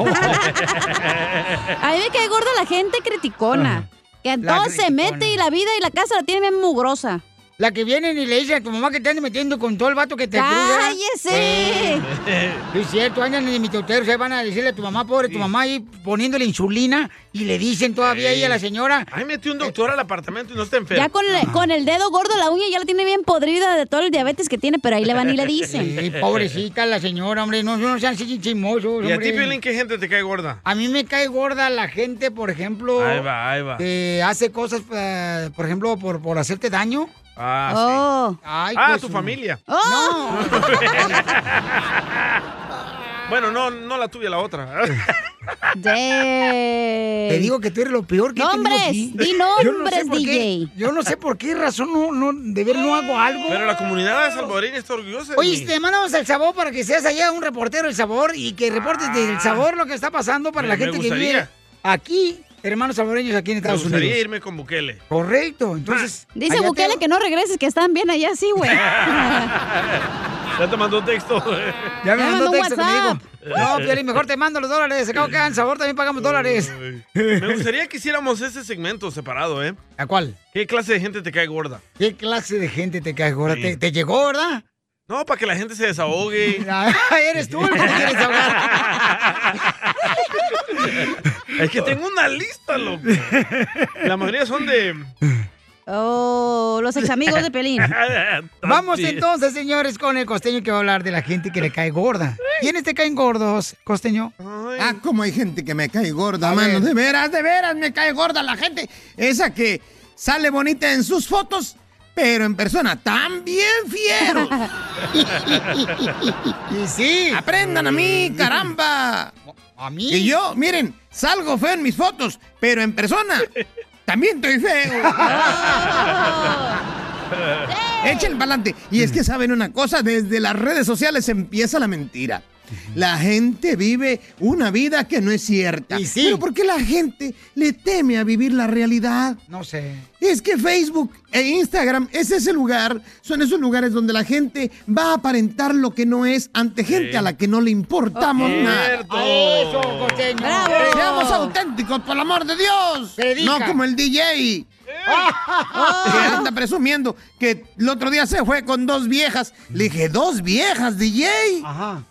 mí me cae gorda la gente criticona. Que en Ah. La todo se criticona. mete y la vida y la casa la tiene bien mugrosa. La que vienen y le dicen a tu mamá que te andan metiendo con todo el vato que te ¡Cállese! Sí, Es cierto, andan en el mitotero, se van a decirle a tu mamá, pobre, tu mamá ahí poniéndole insulina y le dicen todavía ahí a la señora. Ay, metió un doctor al apartamento y no está enfermo. Ya con el, con el dedo gordo la uña ya la tiene bien podrida de todo el diabetes que tiene, pero ahí le van y le dicen. Sí, pobrecita la señora, hombre, no, no sean así chismosos, ¿Y a ti, hombre. Piolín, qué gente te cae gorda? A mí me cae gorda la gente, por ejemplo, Ahí va, ahí va. que hace cosas, eh, por ejemplo, por, por hacerte daño. Ah, Oh. sí. Ay, ah, pues, tu su- familia. Oh. No. Bueno, no, no la tuya, la otra. Te digo que tú eres lo peor que he tenido Nombres, aquí. di Yo no sé nombres, por qué- DJ. yo no sé por qué razón no, no, de ver no hago algo. Pero la comunidad salvadoreña está orgullosa. de Oye, mí. te mandamos el sabor para que seas allá un reportero del sabor y que reportes del sabor lo que está pasando para Ah. me- la gente me que vive gustaría. aquí, hermanos salvadoreños aquí en Me Estados gustaría Unidos. irme con Bukele. Correcto, entonces... Ah. Dice allá te- Bukele que no regreses, que están bien allá, sí, güey. ya te mandó un texto. Ya me mandó mandó un texto que me dijo, WhatsApp. No, Piolín, mejor te mando los dólares. Acabo que en sabor también pagamos dólares. Me gustaría que hiciéramos ese segmento separado, ¿eh? ¿A cuál? ¿Qué clase de gente te cae gorda? ¿Qué clase de gente te cae gorda? ¿Te, te llegó, verdad? No, para que la gente se desahogue. Ah, Eres tú el que te quieres ahogar. es que tengo una lista, loco. La mayoría son de... Oh, los ex amigos de Pelín. Vamos entonces, señores, con el costeño que va a hablar de la gente que le cae gorda. ¿Quiénes te caen gordos, costeño? Ah, como hay gente que me cae gorda, A mano. ver. De veras, de veras, me cae gorda la gente. Esa que sale bonita en sus fotos, pero en persona también fiero. y sí. Aprendan a mí, caramba. ¿A mí? Y yo, miren, salgo feo en mis fotos, pero en persona también estoy feo. Echen para adelante. Y es que saben una cosa, desde las redes sociales empieza la mentira. La gente vive una vida que no es cierta. Pero ¿por qué la gente le teme a vivir la realidad? No sé. Es que Facebook e Instagram es ese lugar, son esos lugares donde la gente va a aparentar lo que no es ante gente a la que no le importamos nada. Eso, costeño. Seamos auténticos, por el amor de Dios. Predica. No como el DJ. Que anda presumiendo que el otro día se fue con dos viejas. Le dije, dos viejas, DJ. Ajá.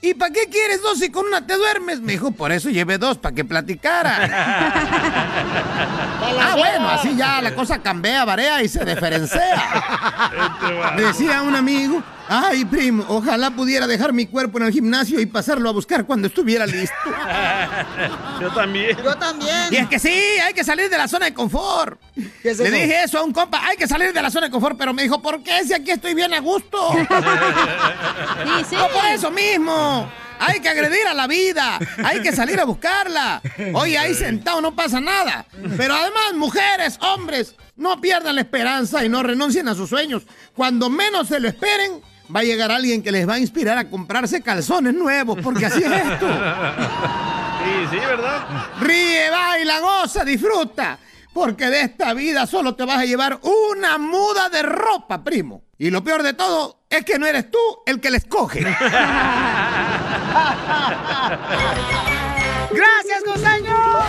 ¿Y para qué quieres dos si con una te duermes? Me dijo, por eso llevé dos, para que platicara. ah, bueno, así ya la cosa cambia, varea y se diferencia. Este Decía un amigo, ay, primo, ojalá pudiera dejar mi cuerpo en el gimnasio y pasarlo a buscar cuando estuviera listo. Yo también. Yo también. Y es que sí, hay que salir de la zona de confort. Le eso? dije eso a un compa, hay que salir de la zona de confort, pero me dijo, ¿por qué si aquí estoy bien a gusto? No por eso mismo. Hay que agredir a la vida, hay que salir a buscarla. Hoy ahí sentado no pasa nada. Pero además, mujeres, hombres, no pierdan la esperanza y no renuncien a sus sueños. Cuando menos se lo esperen, va a llegar alguien que les va a inspirar a comprarse calzones nuevos, porque así es esto. Sí, sí, ¿verdad? Ríe, baila, goza, disfruta. Porque de esta vida solo te vas a llevar una muda de ropa, primo. Y lo peor de todo es que no eres tú el que la escoge. ¡Gracias, costeño!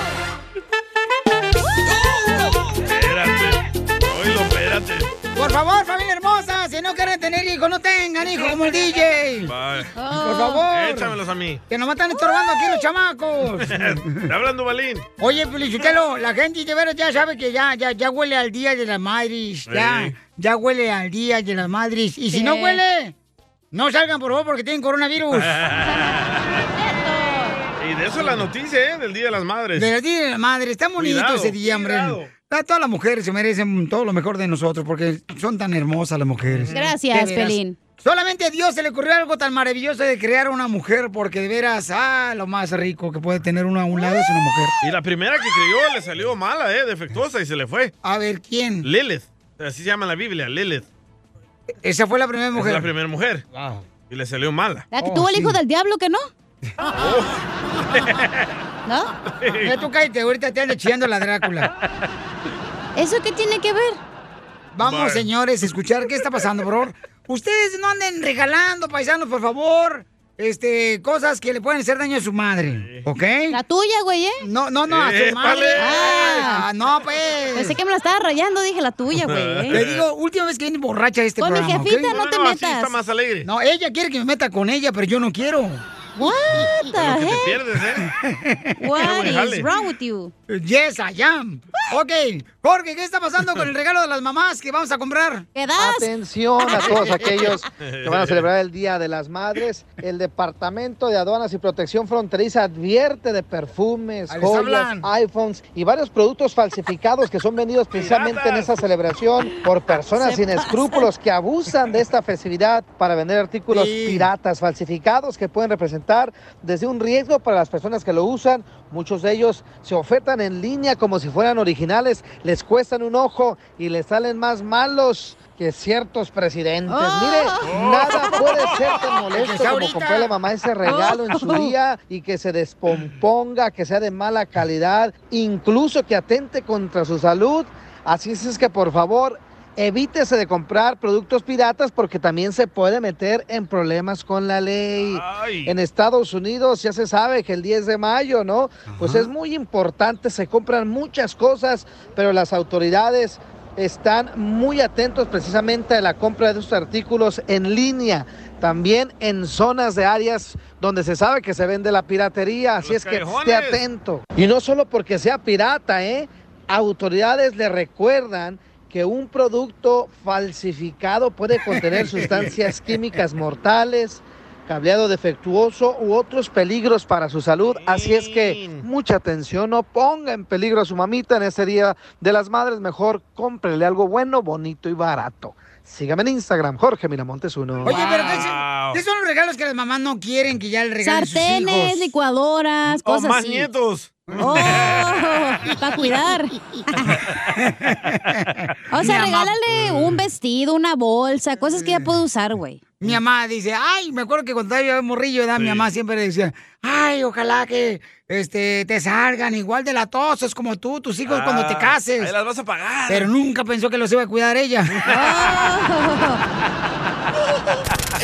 Espérate. Por favor, familia hermosa, si no quieren tener hijos, no tengan hijos como el DJ. Bye. Por favor. Échamelos a mí. Que nomás están estorbando aquí los chamacos. Está hablando Balín. Oye, Felicitelo, la gente de veras ya sabe que ya, ya, ya huele al día de las madres. Ya, Sí. ya huele al día de las madres. Y si Sí. no huele, no salgan, por favor, porque tienen coronavirus. Y de eso es la noticia, ¿eh? Del Día de las Madres. Del Día de la Madre, está bonito Cuidado, ese día, hombre. cuidado. Ah, Todas las mujeres se merecen todo lo mejor de nosotros porque son tan hermosas las mujeres. Gracias, De veras. Pelín. Solamente a Dios se le ocurrió algo tan maravilloso de crear una mujer porque de veras, ah, lo más rico que puede tener uno a un lado es una mujer. Y la primera que creyó le salió mala, ¿eh? Defectuosa y se le fue. A ver, ¿quién? Lilith. Así se llama en la Biblia, Lilith. Esa fue la primera mujer. la primera mujer. Y le salió mala. Oh, La que tuvo el hijo del diablo que no. ¿No? Ya tú cállate, ahorita te anda chillando la Drácula. ¿Eso qué tiene que ver? Vamos, Vale. señores, a escuchar qué está pasando, por favor. Ustedes no anden regalando, paisanos, por favor. Este, cosas que le pueden hacer daño a su madre, ¿ok? La tuya, güey, ¿eh? No, no, no, a su madre. Ah, no, pues. Pensé que me la estaba rayando, dije la tuya, güey. ¿eh? Le digo, última vez que viene borracha a este Con mi programa, ¿ok? jefita no No, te no, así metas. está más alegre. No, ella quiere que me meta con ella, pero yo no quiero. What the Te pierdes, ¿eh? What jale. is wrong with you? Yes, I am. Ok, Jorge, ¿qué está pasando con el regalo de las mamás que vamos a comprar? ¿Qué Atención a todos aquellos que van a celebrar el Día de las Madres. El Departamento de Aduanas y Protección Fronteriza advierte de perfumes, Ahí les joyas, hablan. iPhones y varios productos falsificados que son vendidos precisamente en esta celebración por personas Se sin escrúpulos que abusan de esta festividad para vender artículos Sí. piratas falsificados que pueden representar desde un riesgo para las personas que lo usan. Muchos de ellos se ofertan en línea como si fueran originales, les cuestan un ojo y les salen más malos que ciertos presidentes. Mire, Oh. nada puede ser tan Que molesto está como ahorita. comprarle a mamá ese regalo en su día y que se descomponga, que sea de mala calidad, incluso que atente contra su salud. Así es que por favor, Evítese de comprar productos piratas porque también se puede meter en problemas con la ley. En Estados Unidos ya se sabe que el 10 de mayo, ¿no? Pues es muy importante, se compran muchas cosas, pero las autoridades están muy atentos precisamente a la compra de estos artículos en línea, también en zonas de áreas donde se sabe que se vende la piratería, así es que esté callejones. atento. Y no solo porque sea pirata, ¿eh? Autoridades le recuerdan que un producto falsificado puede contener sustancias químicas mortales, cableado defectuoso u otros peligros para su salud. Así es que mucha atención, no ponga en peligro a su mamita en este Día de las Madres. Mejor cómprele algo bueno, bonito y barato. Sígame en Instagram, Jorge Miramontes uno. Oye, pero ¿qué, son- qué son los regalos que las mamás no quieren que ya le regalen sus Sartenes, hijos? licuadoras, O cosas más así. nietos. Oh, para cuidar. O sea, regálale un vestido, una bolsa, cosas que ya puede usar, güey. Mi mamá dice, ay, me acuerdo que cuando estaba yo morrillo, ¿verdad? mi mamá siempre decía, ay, ojalá que este, te salgan igual de latosos como tú, tus hijos cuando te Ah, cases. ahí las vas a pagar. Pero nunca pensó que los iba a cuidar ella. Ah.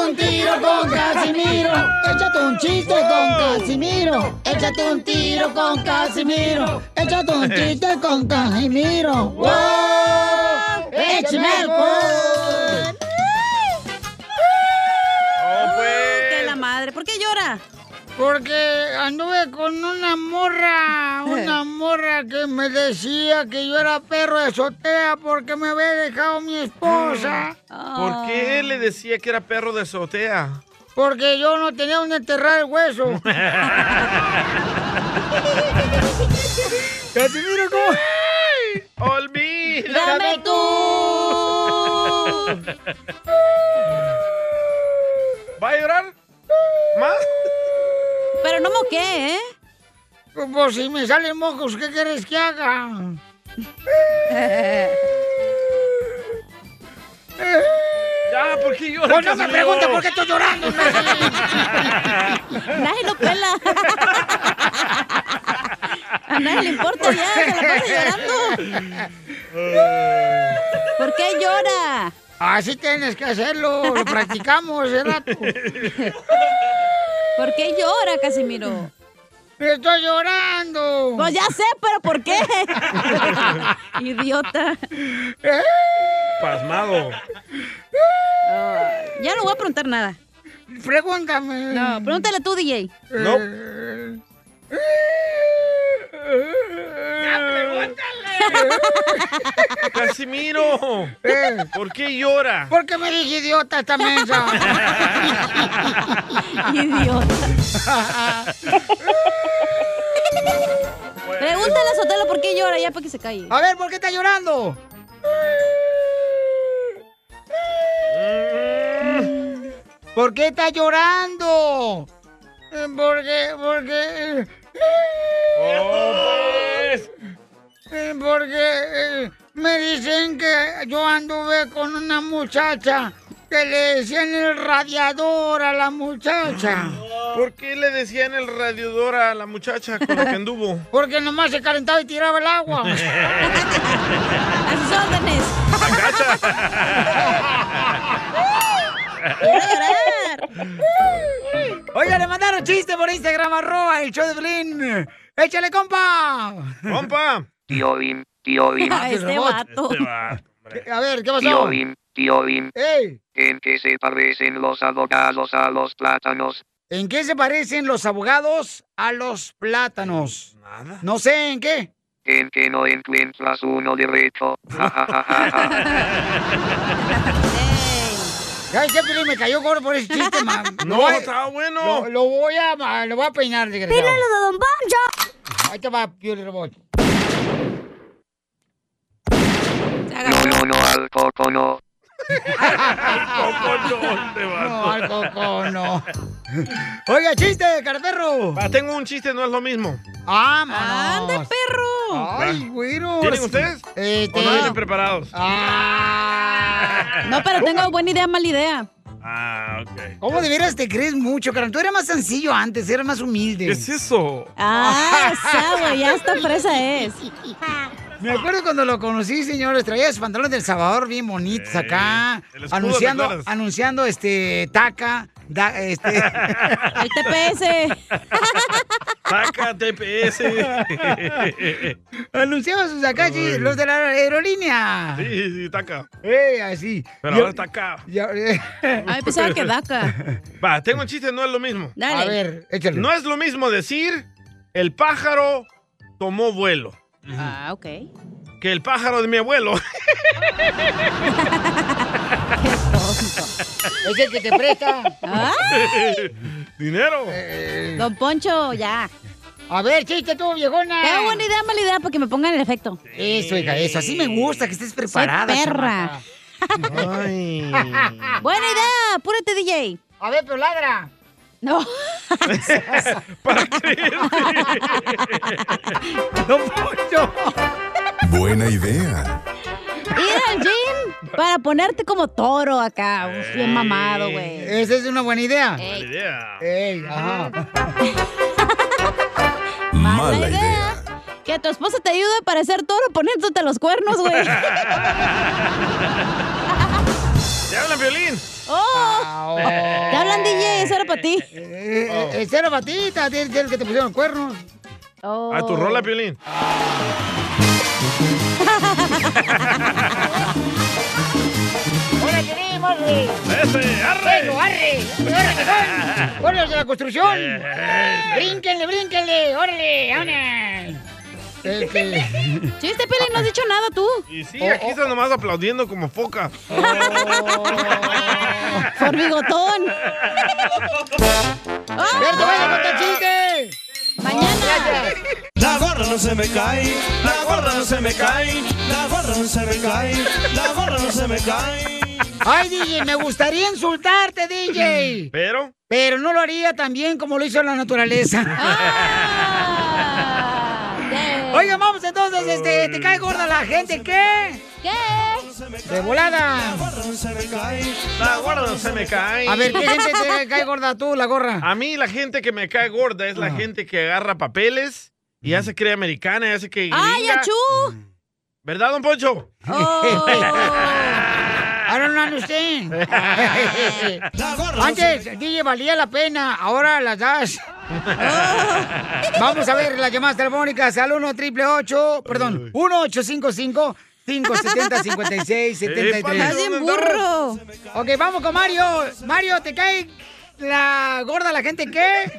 un tiro con Casimiro. Échate un chiste con Casimiro. Échate un tiro con Casimiro. Échate un chiste con Casimiro. ¡Wow! ¡Échame alcohol! ¡Qué la madre! ¿Por qué llora? Porque anduve con una morra, una morra que me decía que yo era perro de azotea porque me había dejado mi esposa. ¿Por Ah. qué le decía que era perro de azotea? Porque yo no tenía donde enterrar el hueso. Casimiro, ¿cómo? ¡Olvídame tú! ¿Va a llorar? ¿Más? Pero no moqué, ¿eh? Pues si me salen mocos, ¿qué quieres que haga? Ya, ¿por qué lloras? Pues no me preguntes por qué estoy llorando. Nadie lo pela. A nadie le importa ya, se la pasa llorando. ¿Por qué llora? Así tienes que hacerlo, lo practicamos, ¿eh, rato? ¿Por qué llora, Casimiro? Estoy llorando. Pues ya sé, pero ¿por qué? Idiota. ¿Eh? Pasmado. Ya no voy a preguntar nada. Pregúntame. No, pregúntale tú, DJ. No. Casimiro, ¿por qué llora? Eh. ¿Por qué me dije idiota esta mensa? Idiota. Pregúntale a Sotelo por qué llora ya para que se calle. A ver, ¿por qué está llorando? ¿Por qué está llorando? Eh, Porque, porque... Eh, Porque eh, me dicen que yo anduve con una muchacha que le decían el radiador a la muchacha. ¿Por qué le decían el radiador a la muchacha con la que anduvo? Porque nomás se calentaba y tiraba el agua. A sus órdenes. Oiga, le mandaron chiste por Instagram, arroba el show de Blin. ¡Échale, compa! ¡Compa! Tío Bim, tío Bim. Ah, este vato. Este vato. A ver, ¿qué Tío pasó? Bim, tío Bim. ¡Ey! ¿En qué se parecen los avocados a los plátanos? ¿En qué se parecen los abogados a los plátanos? Nada. No sé en qué. En que no encuentras uno derecho. Ja, ja, ja, ja, ja. Ay, qué Piolín, me cayó gordo por ese chiste, man. No, Lo voy- estaba bueno. Lo, lo voy a, ma- lo voy a peinar, desgraciado. Peínalo de Don Poncho! Ahí te va, Piolín Robot. no, no, no, al coco no. No, al coco no. Oiga, chiste, carperro. Ah, tengo un chiste, no es lo mismo. Ah, mano. ¡Ande, perro! Ay, Va. güero. ¿Tienen ustedes? Eh, ¿O no vienen preparados? Ah. No, pero tengo buena idea, mala idea. Ah, ok. ¿Cómo de veras te crees mucho, carnal? Tú eras más sencillo antes, eras más humilde. ¿Qué es eso? Ah, esa, güey, ya esta fresa es. Me acuerdo cuando lo conocí, señores, traía sus pantalones del Salvador bien bonitos acá, el escudo, ¿te anunciando, acuerdas? anunciando este taca, da- este El TPS. Saca TPS. anunciaba sus acá, sí, Ay. los de la aerolínea. sí, sí, taca. Eh, así. Pero Y- ahora está acá. y- eh. Ay, pensaba que daca. Va, tengo un chiste, no es lo mismo. Dale. A ver, échale. No es lo mismo decir el pájaro tomó vuelo Ah, ok. que el pájaro de mi abuelo. Es el que te presta. Dinero. Eh, Don Poncho, ya. A ver, chiste tú, viejona. Tengo buena idea, mala idea, porque me pongan el efecto. Eso, hija, eso. Así me gusta que estés preparada. Soy perra. chamaca. Buena idea, apúrate, DJ. A ver, pero ladra. No. Buena idea. Ir al gym para ponerte como toro acá, uf, bien mamado, güey. Esa es una buena idea. Mala idea. Ey, ajá. Mala idea. Que tu esposa te ayude a parecer toro poniéndote los cuernos, güey. ¡Te hablan violín! Ah. ¡Oh! Te hablan DJ, eso era para Eh, ti. Ese era para ti, ta- el el que te pusieron cuernos. A tu rola, violín. ¡Hola, Piolín, morre! ¡Ese, arre! ¡Bueno, Oh. arre! ¡Órale, son! ¡Órale, los de la construcción! ¡Brínquenle, brínquenle! ¡Órale, órale! Eh. Chiste, Pelín, no has dicho nada tú. Y sí, Oh, aquí estás nomás aplaudiendo como foca. Por bigotón. ¡Berto, vaya a contar chiste! ¡Mañana! La gorra no se me cae, la gorra no se me cae, la gorra no se me cae, la gorra no se me cae. ¡Ay, DJ, me gustaría insultarte, DJ! ¿Pero? Pero no lo haría tan bien como lo hizo la naturaleza. Oigan, vamos entonces, este, te cae gorda la gente, ¿qué? ¿Qué? De volada. La gorda no se me cae. A ver, ¿qué gente te cae gorda tú, la gorra? Ah. A mí la gente que me cae gorda es la gente que agarra papeles y Mm. ya se cree americana, ya se cree ¡Ay, gringa. achú! ¿Verdad, don Poncho? I don't understand. Antes, DJ, valía la pena, ahora las das. Vamos a ver las llamadas telefónicas al 1 triple 8, perdón, 1 855 570 5673 Estás bien burro. Ok, vamos con Mario. Mario, ¿te cae la gorda la gente qué?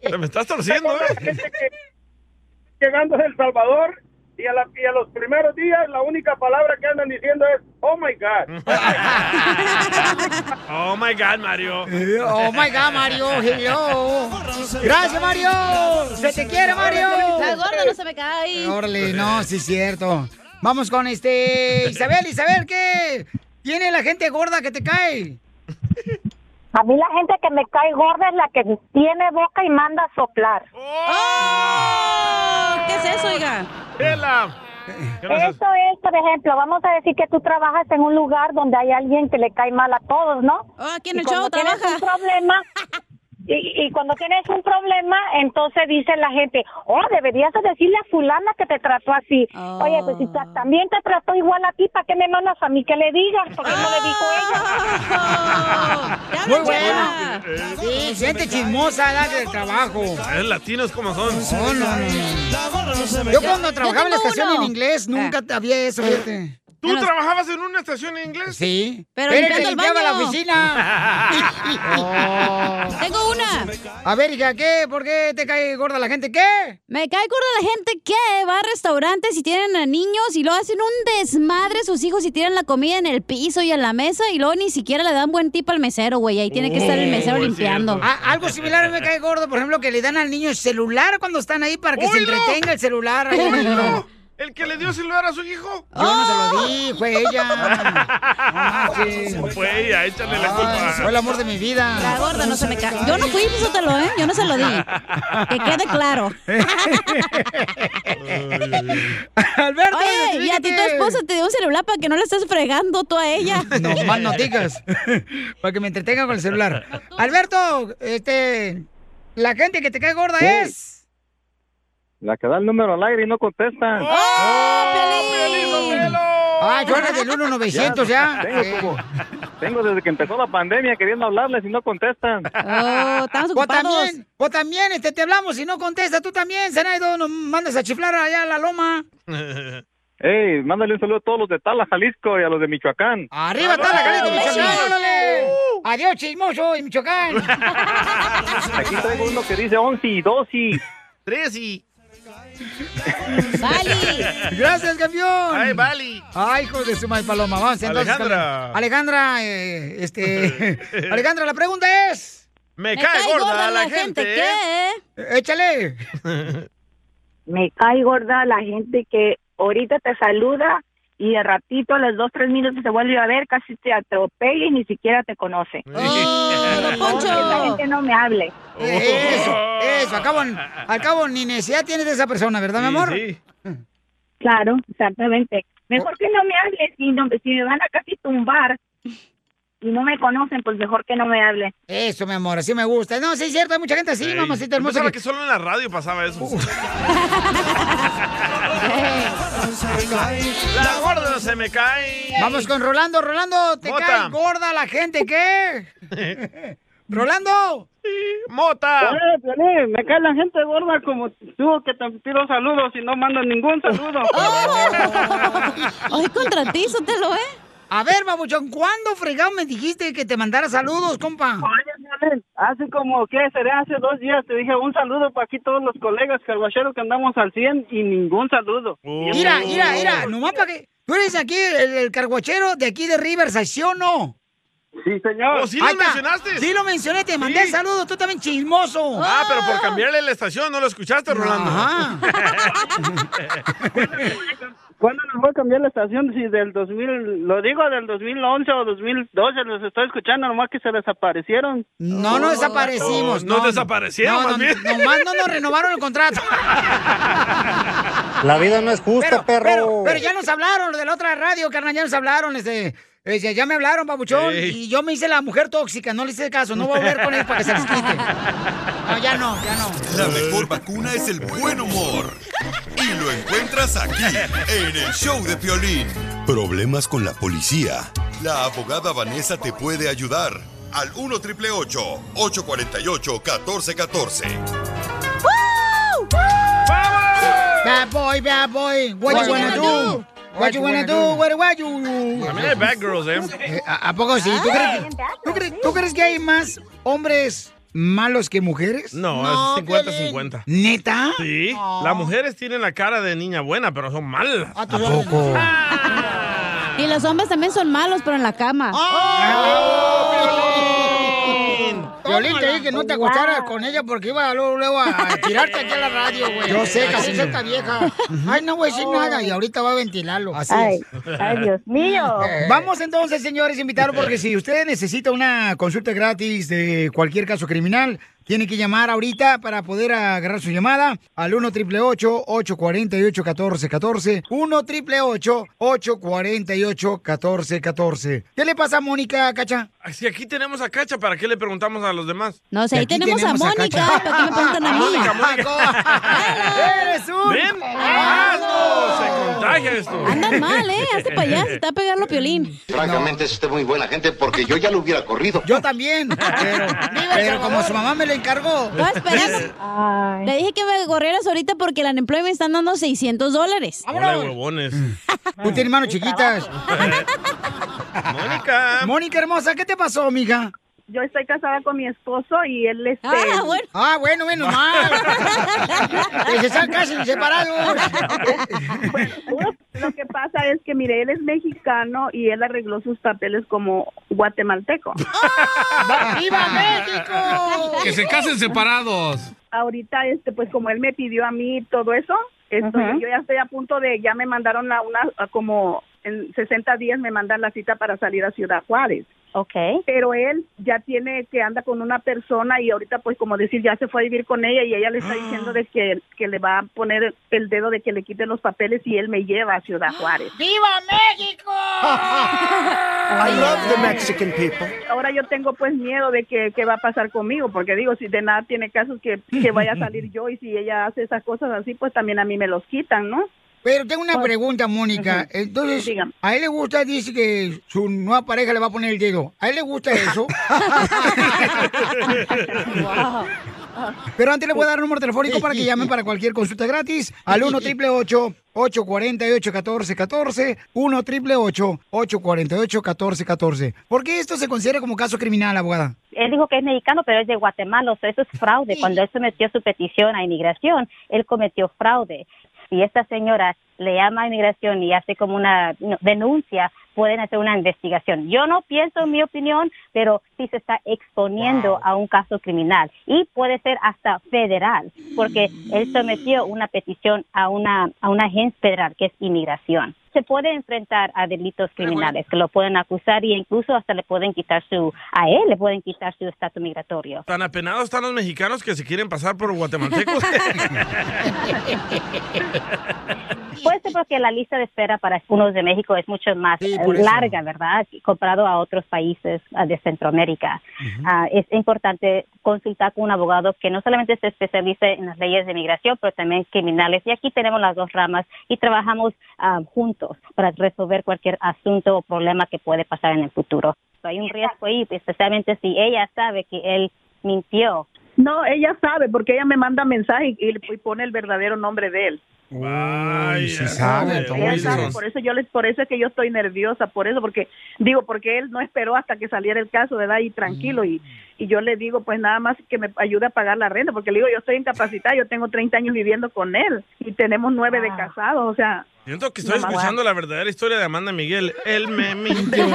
Te me estás torciendo, ¿eh? Llegando de El Salvador y a, la- y a los primeros días la única palabra que andan diciendo es oh my god. Oh my God, Mario. Oh my god, Mario, hello. Gracias, Mario. Se te quiere, Mario. La gorda no se me cae. Órale, no, sí es cierto. Vamos con este Isabel, Isabel, ¿qué? ¿Tiene la gente gorda que te cae? A mí la gente que me cae gorda es la que tiene boca y manda a soplar. Oh, ¿Qué es eso, oiga? Eso es, por ejemplo, vamos a decir que tú trabajas en un lugar donde hay alguien que le cae mal a todos, ¿no? aquí en el show tienes un problema y, y cuando tienes un problema, entonces dice la gente, oh, deberías de decirle a fulana que te trató así. Oye, pues si ta- también te trató igual a ti, ¿para qué me mandas a mí que le digas? Porque no le dijo ella. Muy bueno. Sí, gente chismosa, edad del trabajo. Es latinos como son. No, no, no. Yo cuando trabajaba en la estación en Ah. inglés nunca había eso, fíjate. ¿Tú trabajabas en una estación en inglés? Sí. Pero Era el que limpiando el limpiaba la baño. oficina. Tengo una. A ver, hija, ¿qué? ¿Por qué te cae gorda la gente? ¿Qué? Me cae gorda la gente que va a restaurantes y tienen a niños y luego hacen un desmadre sus hijos y tiran la comida en el piso y en la mesa y luego ni siquiera le dan buen tip al mesero, güey. Ahí tiene que estar Oh, Uh, el mesero limpiando. A- Ah, algo similar a mí me cae gordo, por ejemplo, que le dan al niño el celular cuando están ahí para que se entretenga el celular. ahí en el- ¿El que le dio celular a su hijo? Yo no se lo di, fue ella. Ah, No Fue ella, échale la culpa. Fue el amor de mi vida. La gorda no se me cae. Yo no fui, fíjatelo, ¿eh? Yo no se lo di. Que quede claro. Alberto, Oye, y a ti tu esposa te dio un celular para que no le estés fregando tú a ella. No, más no digas. Para que me entretenga con el celular. Alberto, este. La gente que te cae gorda Sí. es. La que da el número al aire y no contesta. ¡Oh! Ah, yo era del 1900 ya. Tengo, Eh, como- tengo desde que empezó la pandemia queriendo hablarles y no contestan. Vos también, vos también, este, te hablamos y no contesta. Tú también, Zenaido, nos mandas a chiflar allá a la loma. Ey, mándale un saludo a todos los de Tala, Jalisco y a los de Michoacán. Arriba está la caliente Michoacán, órale. Adiós, chismoso y Michoacán. Aquí traigo uno que dice 11 y 12. Tres y... ¡Vali! Gracias, campeón. Ay, Vali. Ay, hijo de su madre paloma. Vamos, entonces. Alejandra. campeón. Alejandra, eh, este. Alejandra, la pregunta es. Me cae gorda gorda la la gente, ¿eh? gente, ¿qué? ¿qué? Échale. Me cae gorda la gente que ahorita te saluda y de ratito, a los dos, tres minutos te vuelve a ver, casi te atropella y ni siquiera te conoce. Esa gente no me hable. Eh, Eso, eso. Al cabo, al cabo, ni necesidad tienes de esa persona, ¿verdad, mi amor? Claro, exactamente. Mejor que no me hables, si, no- si me van a casi tumbar y no me conocen, pues mejor que no me hablen. Eso, mi amor, así me gusta. No, sí, es cierto, hay mucha gente así, Ey, yo mamacita hermosa. pensaba que- que solo en la radio pasaba eso. la gorda no se me cae. Vamos con Rolando, Rolando, te Mota. cae gorda la gente, ¿qué? Rolando. Mota. Oye, Piolín, me cae la gente gorda como tú que te pido saludos y no mando ningún saludo. Ay, contratízatelo, ¿eh? A ver, babuchón, ¿cuándo fregado me dijiste que te mandara saludos, compa? Hace como, ¿qué? Sería hace dos días te dije un saludo para aquí todos los colegas carguacheros que andamos al 100 y ningún saludo. Oh. Mira, mira, mira, nomás para que... Tú eres aquí el, el carguachero de aquí de Riverside, ¿sí o no? Sí, señor. Oh, sí lo Ahí está. mencionaste. Sí lo mencioné, te mandé saludos, tú también chismoso. Ah, pero por cambiarle la estación no lo escuchaste, Rolando. ¿Cuándo nos voy a cambiar la estación? Si del 2000, lo digo del 2011 o 2012, los estoy escuchando, nomás que se desaparecieron. No, no desaparecimos. Nos Oh, desaparecieron, Oh. no, más no, bien. Nomás no nos renovaron el contrato. La vida no es justa, perro. Pero, pero ya nos hablaron, los de la otra radio, carnal, ya nos hablaron, este. este, ya me hablaron, babuchón, Ey. y yo me hice la mujer tóxica, no le hice caso, no voy a volver con él para que se les quite. No, ya no, ya no. La mejor vacuna es el buen humor. Y lo encuentras aquí, en el show de Piolín. Problemas con la policía. La abogada Vanessa te puede ayudar. Al 1 triple 848 1414. Bad boy, bad boy, what, you wanna do? What you wanna do? What, what you... También hay bad girls, Eh, ¿eh? ¿A, a poco sí? ¿Tú Ah. crees, que, tú crees- tú crees que hay más hombres malos que mujeres? No, es 50-50. ¿Neta? Sí. No. Las mujeres tienen la cara de niña buena, pero son malas. ¿A poco? Y los hombres también son malos, pero en la cama. ¡Oh! Violín, te dije que no te acostaras con ella porque iba luego, luego a tirarte aquí a la radio, güey. Yo sé, Así Casimiro. es esta vieja. Ay, no voy a decir nada y ahorita va a ventilarlo. Oh. Eh. Así Ay, es. ay, Dios mío. Vamos entonces, señores, invitar porque si usted necesita una consulta gratis de cualquier caso criminal, tiene que llamar ahorita para poder agarrar su llamada al 1 888 848 1414 1 888 848 1414 ¿Qué le pasa a Mónica, Cacha? Ah, Si aquí tenemos a Cacha, ¿para qué le preguntamos a los demás? No sé, ahí Aquí tenemos, tenemos a a Mónica, Cacha. ¿para qué me preguntan a mí? Mónica, Mónica. ¡Eres un ¡Ven! ¡Ah, no! Se contagia esto. Andan mal, ¿eh? Hazte para allá, se está pegando piolín. Francamente, es usted muy buena gente porque yo ya lo hubiera corrido. Yo también. Pero, pero como su mamá me lo encargó. Voy a esperar. Le dije que me corrieras ahorita porque la empleo me están dando 600 dólares. Hola, huevones. Tú tienes manos chiquitas. Mónica. Mónica hermosa, ¿qué te pasó, amiga? Yo estoy casada con mi esposo y él este... Ah, bueno. Ah, bueno, bueno, mal. Que se están casi separados. Lo que pasa es que, mire, él es mexicano y él arregló sus papeles como guatemalteco. ¡Viva México! Que se casen separados. Ahorita, este, pues como él me pidió a mí todo eso, Estoy- Ujú. Yo ya estoy a punto de, ya me mandaron a una, a como en 60 días me mandan la cita para salir a Ciudad Juárez. Okay. Pero él ya tiene que anda con una persona y ahorita pues como decir ya se fue a vivir con ella y ella le está diciendo de que, que le va a poner el dedo de que le quite los papeles y él me lleva a Ciudad Juárez. ¡Viva México! I love the Mexican people. Ahora yo tengo pues miedo de que, qué va a pasar conmigo, porque digo, si de nada tiene caso que, que vaya a salir yo y si ella hace esas cosas así, pues también a mí me los quitan, ¿no? Pues Pero tengo una pregunta, Mónica. Ujú. Entonces, Dígame. a él le gusta, dice que su nueva pareja le va a poner el dedo. ¿A él le gusta eso? Pero antes le voy a dar un número telefónico para que llamen para cualquier consulta gratis al 1 triple 848 1414 1 triple 848 1414 ¿Por qué esto se considera como caso criminal, abogada? Él dijo que es mexicano, pero es de Guatemala, o sea, eso es fraude. Cuando él sometió su petición a inmigración, él cometió fraude. Si esta señora le llama a inmigración y hace como una no, denuncia, pueden hacer una investigación. Yo no pienso en mi opinión, pero sí se está exponiendo a un caso criminal y puede ser hasta federal, porque él sometió una petición a una, a una agencia federal, que es inmigración. Se puede enfrentar a delitos criminales, que lo pueden acusar y incluso hasta le pueden quitar su, a él le pueden quitar su estatus migratorio. Tan apenados están los mexicanos que se quieren pasar por guatemaltecos. Puede ser porque la lista de espera para unos de México es mucho más eh, por eso. larga, ¿verdad? Comparado a otros países ah, de Centroamérica. Ah, es importante consultar con un abogado que no solamente se especialice en las leyes de migración, pero también criminales. Y aquí tenemos las dos ramas y trabajamos ah, juntos para resolver cualquier asunto o problema que puede pasar en el futuro. Hay un riesgo ahí, pues, especialmente si ella sabe que él mintió. No, ella sabe, porque ella me manda mensaje y, y pone el verdadero nombre de él. Ay, sí Ella sabe, Ah, entonces. sabe, por eso yo les, por eso es que yo estoy nerviosa, por eso, porque digo, porque él no esperó hasta que saliera el caso, ¿verdad? Y tranquilo, y, y yo le digo, pues nada más que me ayude a pagar la renta, porque le digo, yo estoy incapacitada, yo tengo 30 años viviendo con él y tenemos nueve de casados, o sea, Siento que estoy Mamá. escuchando la verdadera historia de Amanda Miguel. Él me mintió.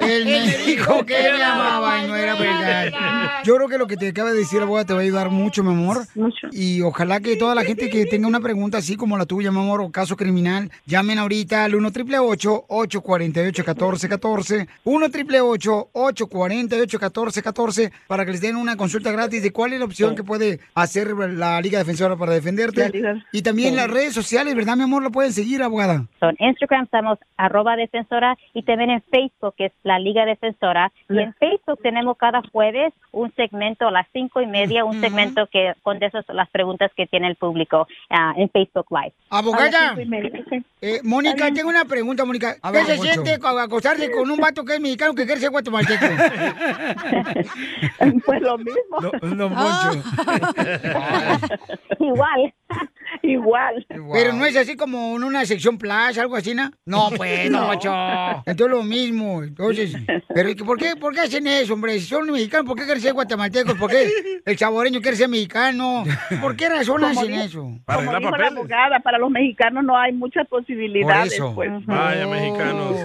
Él me dijo que me amaba y no era verdad. Yo creo que lo que te acaba de decir, abogada, te va a ayudar mucho, mi amor. Mucho. Y ojalá que toda la gente que tenga una pregunta así como la tuya, mi amor, o caso criminal, llamen ahorita al 1 888 848 1414 1 888 848 1414 para que les den una consulta gratis de cuál es la opción que puede hacer la Liga Defensora para La defenderte. Liga. Y también Sí. las redes sociales, ¿verdad, mi amor? Lo pueden seguir, abogada. So, en Instagram estamos arroba defensora y también en Facebook que es la Liga Defensora. Y en Facebook tenemos cada jueves un segmento a las cinco y media, un segmento que contesta las preguntas que tiene el público ah, en Facebook Live. Abogada, eh, Mónica, tengo una pregunta, Mónica. A ¿Qué ver, se Poncho. siente co- acostarse con un vato que es mexicano que quiere ser guatemalteco? pues lo mismo. no, Poncho. Igual. Igual. Ah. Pero no es así como en una sección plaza, algo así, ¿no? No, pues, no, No. Poncho. Entonces lo mismo. Entonces, pero ¿y ¿por qué, ¿por qué hacen eso, hombre? Si son mexicanos, ¿por qué quieren ser guatemaltecos? ¿Por qué el saboreño quiere ser mexicano? ¿Por qué razón Como hacen di- eso? Como dijo la abogada, para los mexicanos no hay muchas posibilidades. Por eso. pues. Vaya, mexicanos.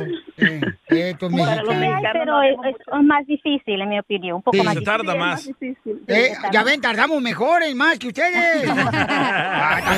Esto, Para los mexicanos, pero es, es más difícil, en mi opinión, un poco Sí, más se tarda difícil. Sí, es más más. difícil. Eh, ya ven, tardamos mejores más que ustedes. Hasta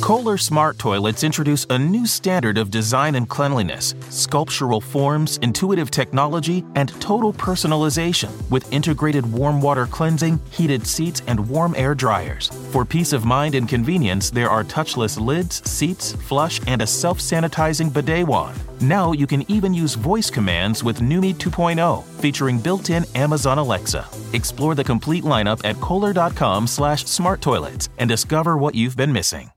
Kohler smart toilets introduce a new standard of design and cleanliness, sculptural forms, intuitive technology, and total personalization with integrated warm water cleansing, heated seats, and warm air dryers. For peace of mind and convenience, there are touchless lids, seats, flush, and a self sanitizing bidet wand. Now you can even use voice commands with NUMI 2.0, featuring built-in Amazon Alexa. Explore the complete lineup at kohler.com slash smart toilets and discover what you've been missing.